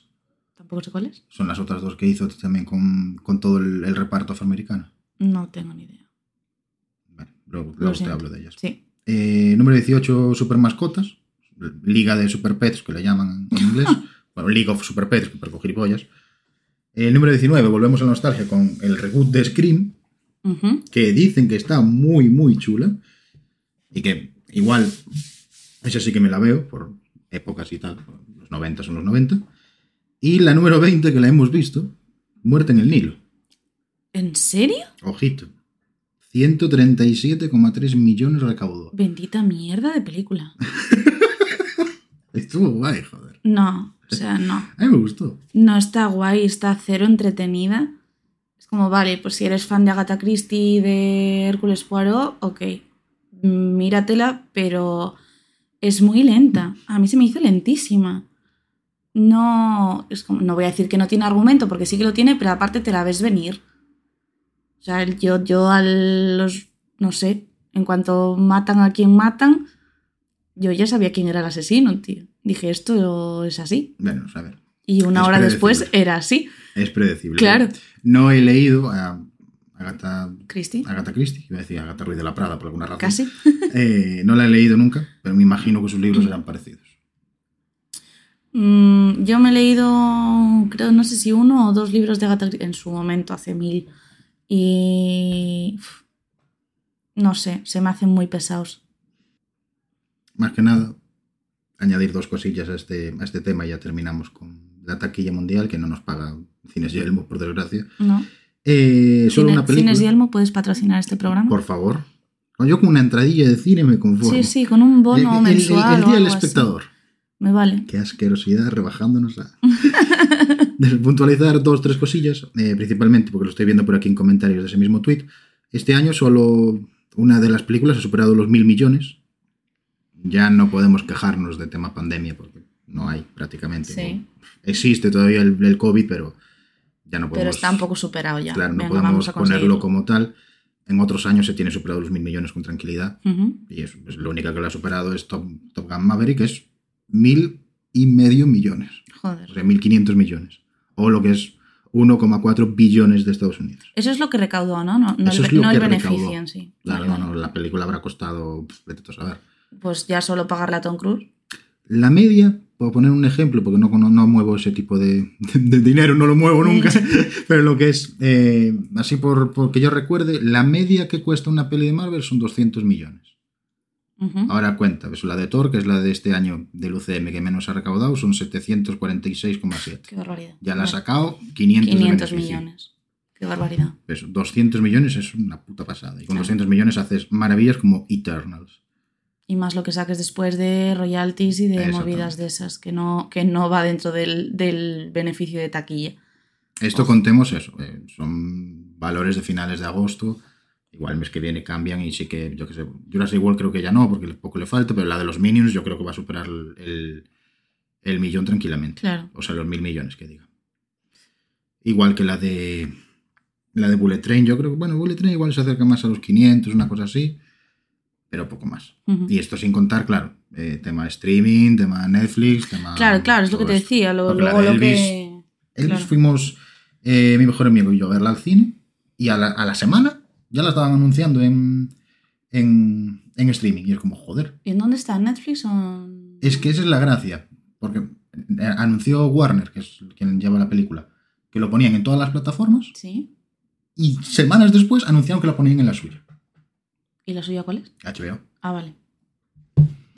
S2: Tampoco sé cuál es.
S1: Son las otras dos que hizo también con, con todo el, el reparto afroamericano.
S2: No tengo ni idea.
S1: Bueno, luego,
S2: Lo
S1: luego te
S2: siento.
S1: hablo de ellas.
S2: Sí.
S1: Eh, número 18, Super Mascotas. Liga de Super Pets, que le llaman en inglés. bueno, League of Super Pets, para coger pollas. El número 19, volvemos a la nostalgia con el reboot de Scream,
S2: Ujú.
S1: que dicen que está muy, muy chula. Y que igual, esa sí que me la veo, por épocas y tal. Los 90 son los 90. Y la número 20, que la hemos visto, Muerte en el Nilo.
S2: ¿En serio?
S1: Ojito. 137,3 millones recaudó.
S2: Bendita mierda de película.
S1: Estuvo guay, joder.
S2: No, o sea, no.
S1: A mí me gustó.
S2: no está guay, está cero entretenida. Es como, vale, pues si eres fan de Agatha Christie y de Hércules Poirot, ok, míratela, pero es muy lenta. A mí se me hizo lentísima. No, es como, no voy a decir que no tiene argumento, porque sí que lo tiene, pero aparte te la ves venir. O sea, el- yo, yo a los, no sé, en cuanto matan a quien matan, yo ya sabía quién era el asesino, tío. Dije, esto es así.
S1: Bueno, a ver.
S2: Y una
S1: Es
S2: hora después
S1: predecible.
S2: era así.
S1: Es predecible.
S2: Claro.
S1: No he leído a Agatha,
S2: Cristi,
S1: Agatha Christie, iba a decir Agatha Ruiz de la Prada por alguna razón.
S2: casi.
S1: Eh, no la he leído nunca, pero me imagino que sus libros eran parecidos.
S2: Mm, yo me he leído, creo, no sé si uno o dos libros de Agatha Christie en su momento, hace mil. Y. uf, No sé, se me hacen muy pesados.
S1: Más que nada, añadir dos cosillas a este, a este tema y ya terminamos con la taquilla mundial, que no nos paga Cines Yelmo, por desgracia.
S2: ¿no?
S1: Eh, solo
S2: Cine-
S1: una película.
S2: Cines y Elmo, ¿puedes patrocinar este programa?
S1: Por favor. Yo con una entradilla de cine me conformo.
S2: sí, sí, con un
S1: El-
S2: bono
S1: el, el-
S2: mensual.
S1: el
S2: o
S1: día del
S2: algo así.
S1: espectador.
S2: Me vale.
S1: Qué asquerosidad, rebajándonos a... [laughs] Desde puntualizar dos, tres cosillas, eh, principalmente porque lo estoy viendo por aquí en comentarios de ese mismo tweet. Este año solo una de las películas ha superado los mil millones. Ya no podemos quejarnos de tema pandemia porque no hay prácticamente.
S2: Sí.
S1: Existe todavía el, el COVID, pero ya no podemos.
S2: Pero está un poco superado
S1: pues,
S2: ya.
S1: Claro, no
S2: Venga, vamos
S1: podemos
S2: a
S1: ponerlo
S2: conseguirlo.
S1: como tal. En otros años se tiene superado los mil millones con tranquilidad
S2: Ujú.
S1: y es, es lo única que lo ha superado es Top, Top Gun Maverick, que es mil y medio millones,
S2: Joder.
S1: o sea, 1.500 millones, o lo que es 1,4 billones de Estados Unidos.
S2: Eso es lo que recaudó, ¿no? No, no
S1: Eso
S2: el,
S1: es lo
S2: no el
S1: que
S2: beneficio
S1: recaudó.
S2: en sí.
S1: Claro,
S2: Vale,
S1: no,
S2: vale.
S1: la película habrá costado, pf, vete tú a saber.
S2: Pues ya solo pagarle a Tom Cruise.
S1: La media, por poner un ejemplo, porque no, no, no muevo ese tipo de, de dinero, no lo muevo nunca, [laughs] pero lo que es, eh, así por, porque yo recuerde, la media que cuesta una peli de Marvel son 200 millones.
S2: Ujú.
S1: Ahora cuenta, pues la de Thor, que es la de este año del UCM que menos ha recaudado, son 746,7.
S2: Qué barbaridad.
S1: Ya la ha
S2: Vale.
S1: sacado 500, de
S2: 500
S1: beneficio.
S2: millones. Qué barbaridad.
S1: Eso, 200 millones es una puta pasada. Y con
S2: Claro.
S1: 200 millones haces maravillas como Eternals.
S2: Y más lo que saques después de royalties y de
S1: Exactamente.
S2: movidas de esas, que no, que no va dentro del, del beneficio de taquilla.
S1: Esto contemos eso. eh, son valores de finales de agosto. Igual el mes que viene cambian y sí que, yo qué sé, Jurassic World creo que ya no, porque poco le falta, pero la de los Minions yo creo que va a superar el, el- el millón tranquilamente.
S2: Claro.
S1: O sea, los mil millones que diga. Igual que la de la de Bullet Train, yo creo que, bueno, Bullet Train igual se acerca más a los 500, una cosa así, pero poco más.
S2: Ujú.
S1: Y esto sin contar, claro, eh, tema streaming, tema Netflix, tema...
S2: claro, claro, es lo que
S1: todo
S2: te
S1: esto.
S2: decía. Lo,
S1: pues, Porque la
S2: luego
S1: de
S2: lo que.
S1: Elvis- Elvis
S2: claro.
S1: fuimos, eh, mi mejor amigo y yo, a verla al cine, y a la, a la semana ya la estaban anunciando en, en, en streaming, y es como, joder,
S2: ¿Y en dónde está? ¿En ¿Netflix o.? en-
S1: es que esa es la gracia, porque eh, anunció Warner, que es quien lleva la película, que lo ponían en todas las plataformas
S2: Sí.
S1: y semanas después anunciaron que la ponían en la suya.
S2: ¿Y la suya cuál es?
S1: HBO.
S2: Ah, vale.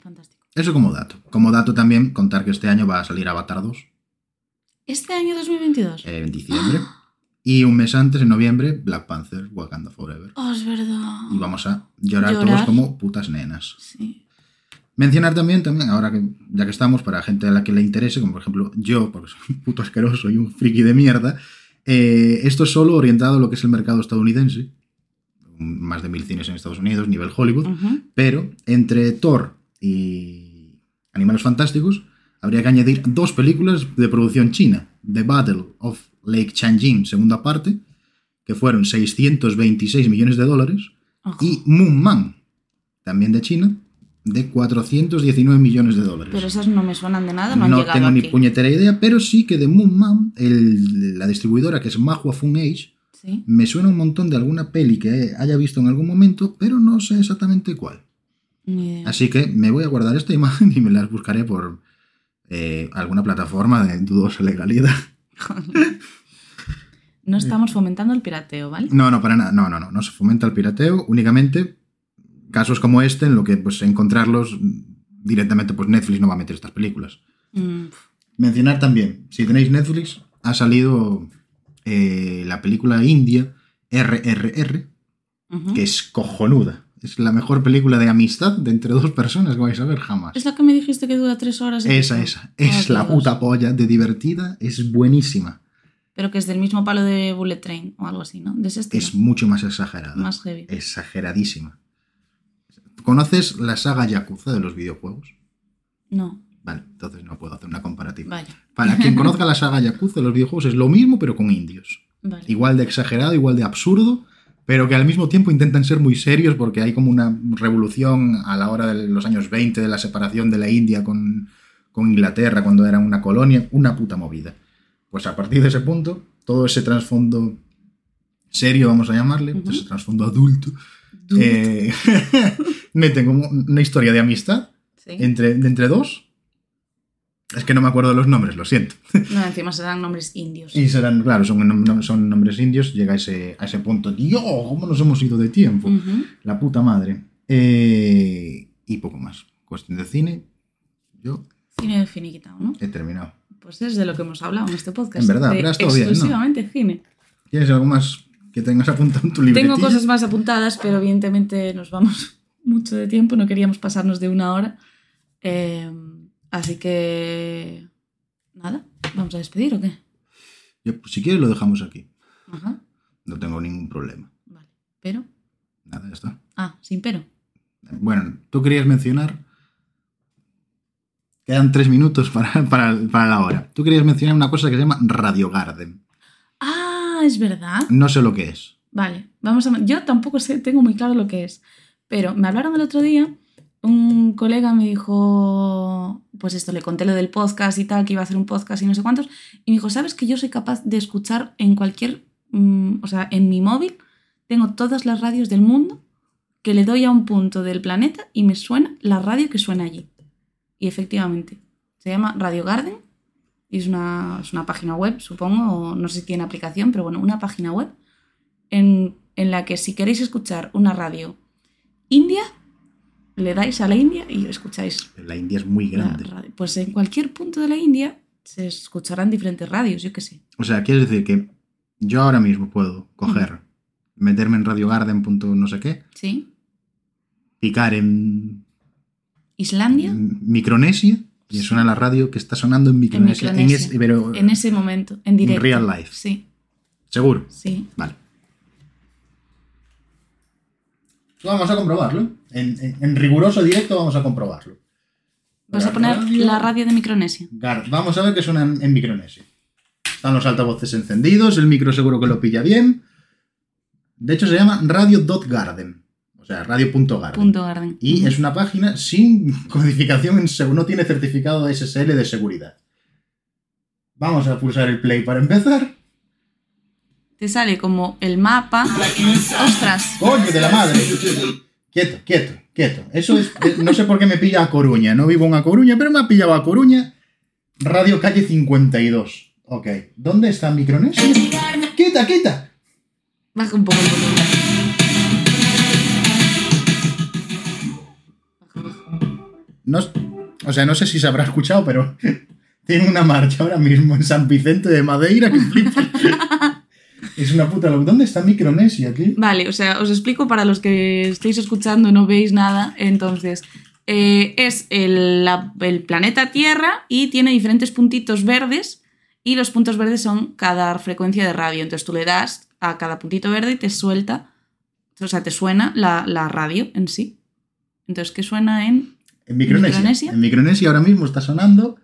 S2: Fantástico.
S1: Eso como dato. Como dato también contar que este año va a salir Avatar 2.
S2: Este año 2022.
S1: en diciembre. Y un mes antes, en noviembre, Black Panther, Wakanda Forever.
S2: Oh, es verdad.
S1: Y vamos a llorar,
S2: Llorar.
S1: todos como putas nenas.
S2: Sí.
S1: Mencionar también, también, ahora que ya que estamos, para gente a la que le interese, como por [laughs] ejemplo yo, porque soy un puto asqueroso y un friki de mierda, eh, esto es solo orientado a lo que es el mercado estadounidense. Más de mil cines en Estados Unidos, nivel Hollywood.
S2: Ujú.
S1: Pero entre Thor y Animales Fantásticos habría que añadir dos películas de producción china, The Battle of Lake Changjin, segunda parte, que fueron 626 millones de dólares,
S2: Ojo.
S1: y Moon Man, también de China, de 419 millones de dólares.
S2: Pero esas no me suenan de nada, no han
S1: no
S2: llegado
S1: tengo ni
S2: aquí.
S1: puñetera idea, pero sí que de Moon Man, el- la distribuidora que es Mahua Fun Age,
S2: Sí.
S1: me suena un montón de alguna peli que haya visto en algún momento, pero no sé exactamente cuál.
S2: Ni idea.
S1: Así que me voy a guardar esta [laughs] imagen y me las buscaré por eh, alguna plataforma de dudosa legalidad.
S2: No estamos fomentando el pirateo, ¿vale?
S1: No, no, para nada. No, no, no. No se fomenta el pirateo. Únicamente casos como este en lo que pues encontrarlos mm, directamente pues Netflix no va a meter estas películas.
S2: Mm,
S1: Mencionar también, si tenéis Netflix, ha salido eh, la película india RRR,
S2: ujú.
S1: que es cojonuda. Es la mejor película de amistad de entre dos personas que vais a ver jamás.
S2: Es la que me dijiste que dura tres horas. y
S1: Esa,
S2: pico.
S1: esa. Es
S2: Ah,
S1: la
S2: Dios.
S1: puta polla de divertida. Es buenísima.
S2: Pero que es del mismo palo de Bullet Train o algo así, ¿no? De ese estilo.
S1: Es Eh, mucho más exagerada.
S2: Más heavy.
S1: Exageradísima. ¿Conoces la saga Yakuza de los videojuegos?
S2: No,
S1: Vale, entonces no puedo hacer una comparativa.
S2: vaya.
S1: Para quien conozca la saga Yakuza de los videojuegos es lo mismo, pero con indios.
S2: Vale.
S1: Igual de exagerado, igual de absurdo, pero que al mismo tiempo intentan ser muy serios porque hay como una revolución a la hora de los años 20, de la separación de la India con, con Inglaterra cuando era una colonia, una puta movida. Pues a partir de ese punto, todo ese trasfondo serio, vamos a llamarle,
S2: Ujú.
S1: ese trasfondo adulto,
S2: Dude,
S1: eh, [laughs] meten como una historia de amistad
S2: sí.
S1: entre, de entre dos. Es que no me acuerdo los nombres, lo siento.
S2: No, encima se dan nombres indios.
S1: Y serán, claro, son, nom- son nombres indios, llega a ese, a ese punto. Dios, ¿cómo nos hemos ido de tiempo?
S2: Ujú.
S1: La puta madre. Eh, y poco más. Cuestión de cine, yo
S2: Cine finiquitado, ¿no?
S1: he terminado.
S2: Pues es de lo que hemos hablado en este podcast.
S1: En verdad,
S2: de
S1: pero ha estado bien, ¿no?
S2: exclusivamente cine.
S1: ¿Tienes algo más que tengas apuntado en tu libretilla?
S2: Tengo cosas más apuntadas, pero evidentemente nos vamos [laughs] mucho de tiempo, no queríamos pasarnos de una hora. Eh, así que... Nada, ¿vamos a despedir o qué?
S1: Yo, si quieres lo dejamos aquí.
S2: Ajá,
S1: No tengo ningún problema.
S2: vale. Pero...
S1: Nada, ya está.
S2: Ah, sin pero.
S1: Bueno, tú querías mencionar... Quedan tres minutos para, [laughs] para, para la hora. Tú querías mencionar una cosa que se llama Radio Garden.
S2: Ah, es verdad.
S1: No sé lo que es.
S2: Vale, vamos a... Yo tampoco sé, tengo muy claro lo que es. Pero me hablaron el otro día, un colega me dijo, pues esto, le conté lo del podcast y tal, que iba a hacer un podcast y no sé cuántos, y me dijo, ¿sabes que yo soy capaz de escuchar en cualquier, mm, o sea, en mi móvil, tengo todas las radios del mundo, que le doy a un punto del planeta y me suena la radio que suena allí. Y efectivamente, se llama Radio Garden. Y es una, es una página web, supongo, o no sé si tiene aplicación, pero bueno, una página web en, en la que si queréis escuchar una radio india, le dais a la India y escucháis
S1: La India es muy
S2: la
S1: grande.
S2: radio. Pues en cualquier punto de la India se escucharán diferentes radios, yo qué sé.
S1: O sea, quieres decir que yo ahora mismo puedo coger, meterme en radiogarden. punto no sé qué,
S2: ¿Sí?
S1: picar en
S2: Islandia,
S1: Mm. Micronesia y suena la radio que está sonando en Micronesia. en
S2: Micronesia.
S1: es- pero
S2: en ese momento, en directo.
S1: real life.
S2: Sí,
S1: seguro.
S2: sí.
S1: Vale. Vamos a comprobarlo. En, en- en riguroso directo vamos a comprobarlo.
S2: Vas a poner la radio de Micronesia.
S1: Gar- Vamos a ver qué suena en, en Micronesia. Están los altavoces encendidos, el micro seguro que lo pilla bien. De hecho, se llama radio.garden. O sea, radio.garden.
S2: Punto Garden.
S1: Y es una página sin [laughs] codificación, en seg- no tiene certificado de SSL de seguridad. Vamos a pulsar el play para empezar.
S2: Te sale como el mapa. ¡Ostras!
S1: ¡Coño de la madre! Quieto, quieto, quieto. Eso es. eh, No sé por qué me pilla a Coruña. No vivo en A Coruña, pero me ha pillado a Coruña. Radio Calle 52. Ok. ¿Dónde está Micronesia? ¡Quita, quita!
S2: Baja un poco el volumen.
S1: No, o sea, no sé si se habrá escuchado, pero [laughs] Tiene una marcha ahora mismo en San Vicente de Madeira que flipa. [laughs] es una puta locura. ¿Dónde está Micronesia aquí?
S2: Vale, o sea, os explico para los que estáis escuchando, no veis nada. Entonces, eh, es el, la- el planeta Tierra y tiene diferentes puntitos verdes y los puntos verdes son cada frecuencia de radio. Entonces tú le das a cada puntito verde y te suelta, o sea, te suena la, la radio en sí. Entonces, ¿qué suena en...?
S1: En Micronesia.
S2: ¿Micronesia?
S1: En Micronesia ahora mismo está sonando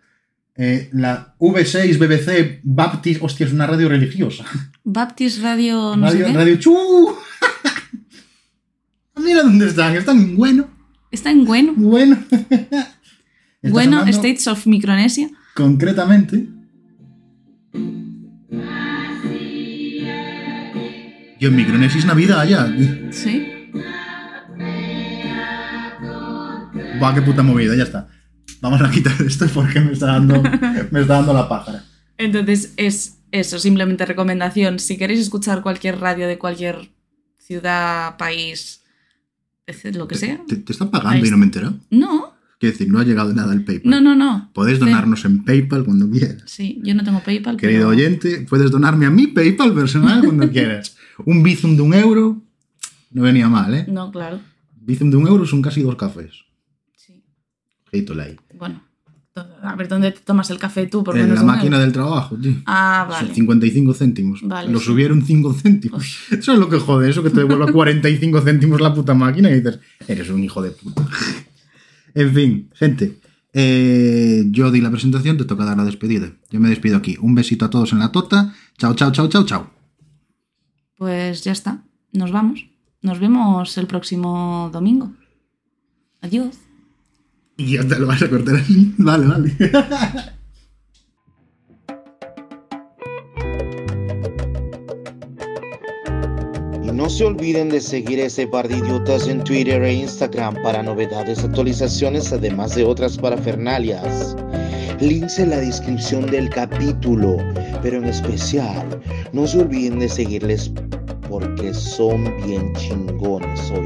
S1: eh, la V6 BBC Baptist. Hostia, es una radio religiosa.
S2: Baptist Radio... No sé
S1: radio,
S2: qué.
S1: radio Chu. [laughs] Ah, Mira dónde están. Están en bueno.
S2: Está en Bueno.
S1: Bueno. [laughs] Está
S2: Bueno,
S1: sonando
S2: States of Micronesia.
S1: Concretamente. Yo en Micronesia es Navidad allá.
S2: Sí.
S1: Va, qué puta movida, ya está. Vamos a quitar [laughs] esto porque me está dando, me está dando la pájara.
S2: Entonces es eso, simplemente recomendación. Si queréis escuchar cualquier radio de cualquier ciudad, país, etc- lo que sea.
S1: Te, te están pagando
S2: Ahí
S1: y no me he enterado.
S2: No,
S1: Quiero decir, no ha llegado nada al PayPal.
S2: no, no, no.
S1: Puedes donarnos en PayPal cuando quieras.
S2: Sí, yo no tengo PayPal. pero-
S1: Querido oyente, puedes donarme a mi PayPal personal
S2: [laughs]
S1: cuando quieras. Un bizum de un euro no venía mal, ¿eh?
S2: No, claro.
S1: Bizum de un euro son casi dos cafés.
S2: Sí.
S1: Ojito, like.
S2: Bueno, a ver dónde te tomas el café tú, porque
S1: En la máquina del trabajo, tío.
S2: Ah,
S1: Son
S2: vale.
S1: 55 céntimos.
S2: Vale,
S1: lo
S2: sí.
S1: subieron 5 céntimos. Eso es lo que jode, eso que te devuelva 45 céntimos la puta máquina y dices, eres un hijo de puta. En fin, gente. eh, yo di la presentación, te toca dar la despedida. Yo me despido aquí. Un besito a todos en la tota. Chao, chao, chao, chao, chao.
S2: Pues ya está. Nos vamos. Nos vemos el próximo domingo. Adiós.
S1: Y ya te lo vas a cortar así. [laughs] Vale, vale.
S5: Y no se olviden de seguir a ese par de idiotas en Twitter e Instagram para novedades, actualizaciones, además de otras parafernalias. Links en la descripción del capítulo, pero en especial, no se olviden de seguirles porque son bien chingones, oye.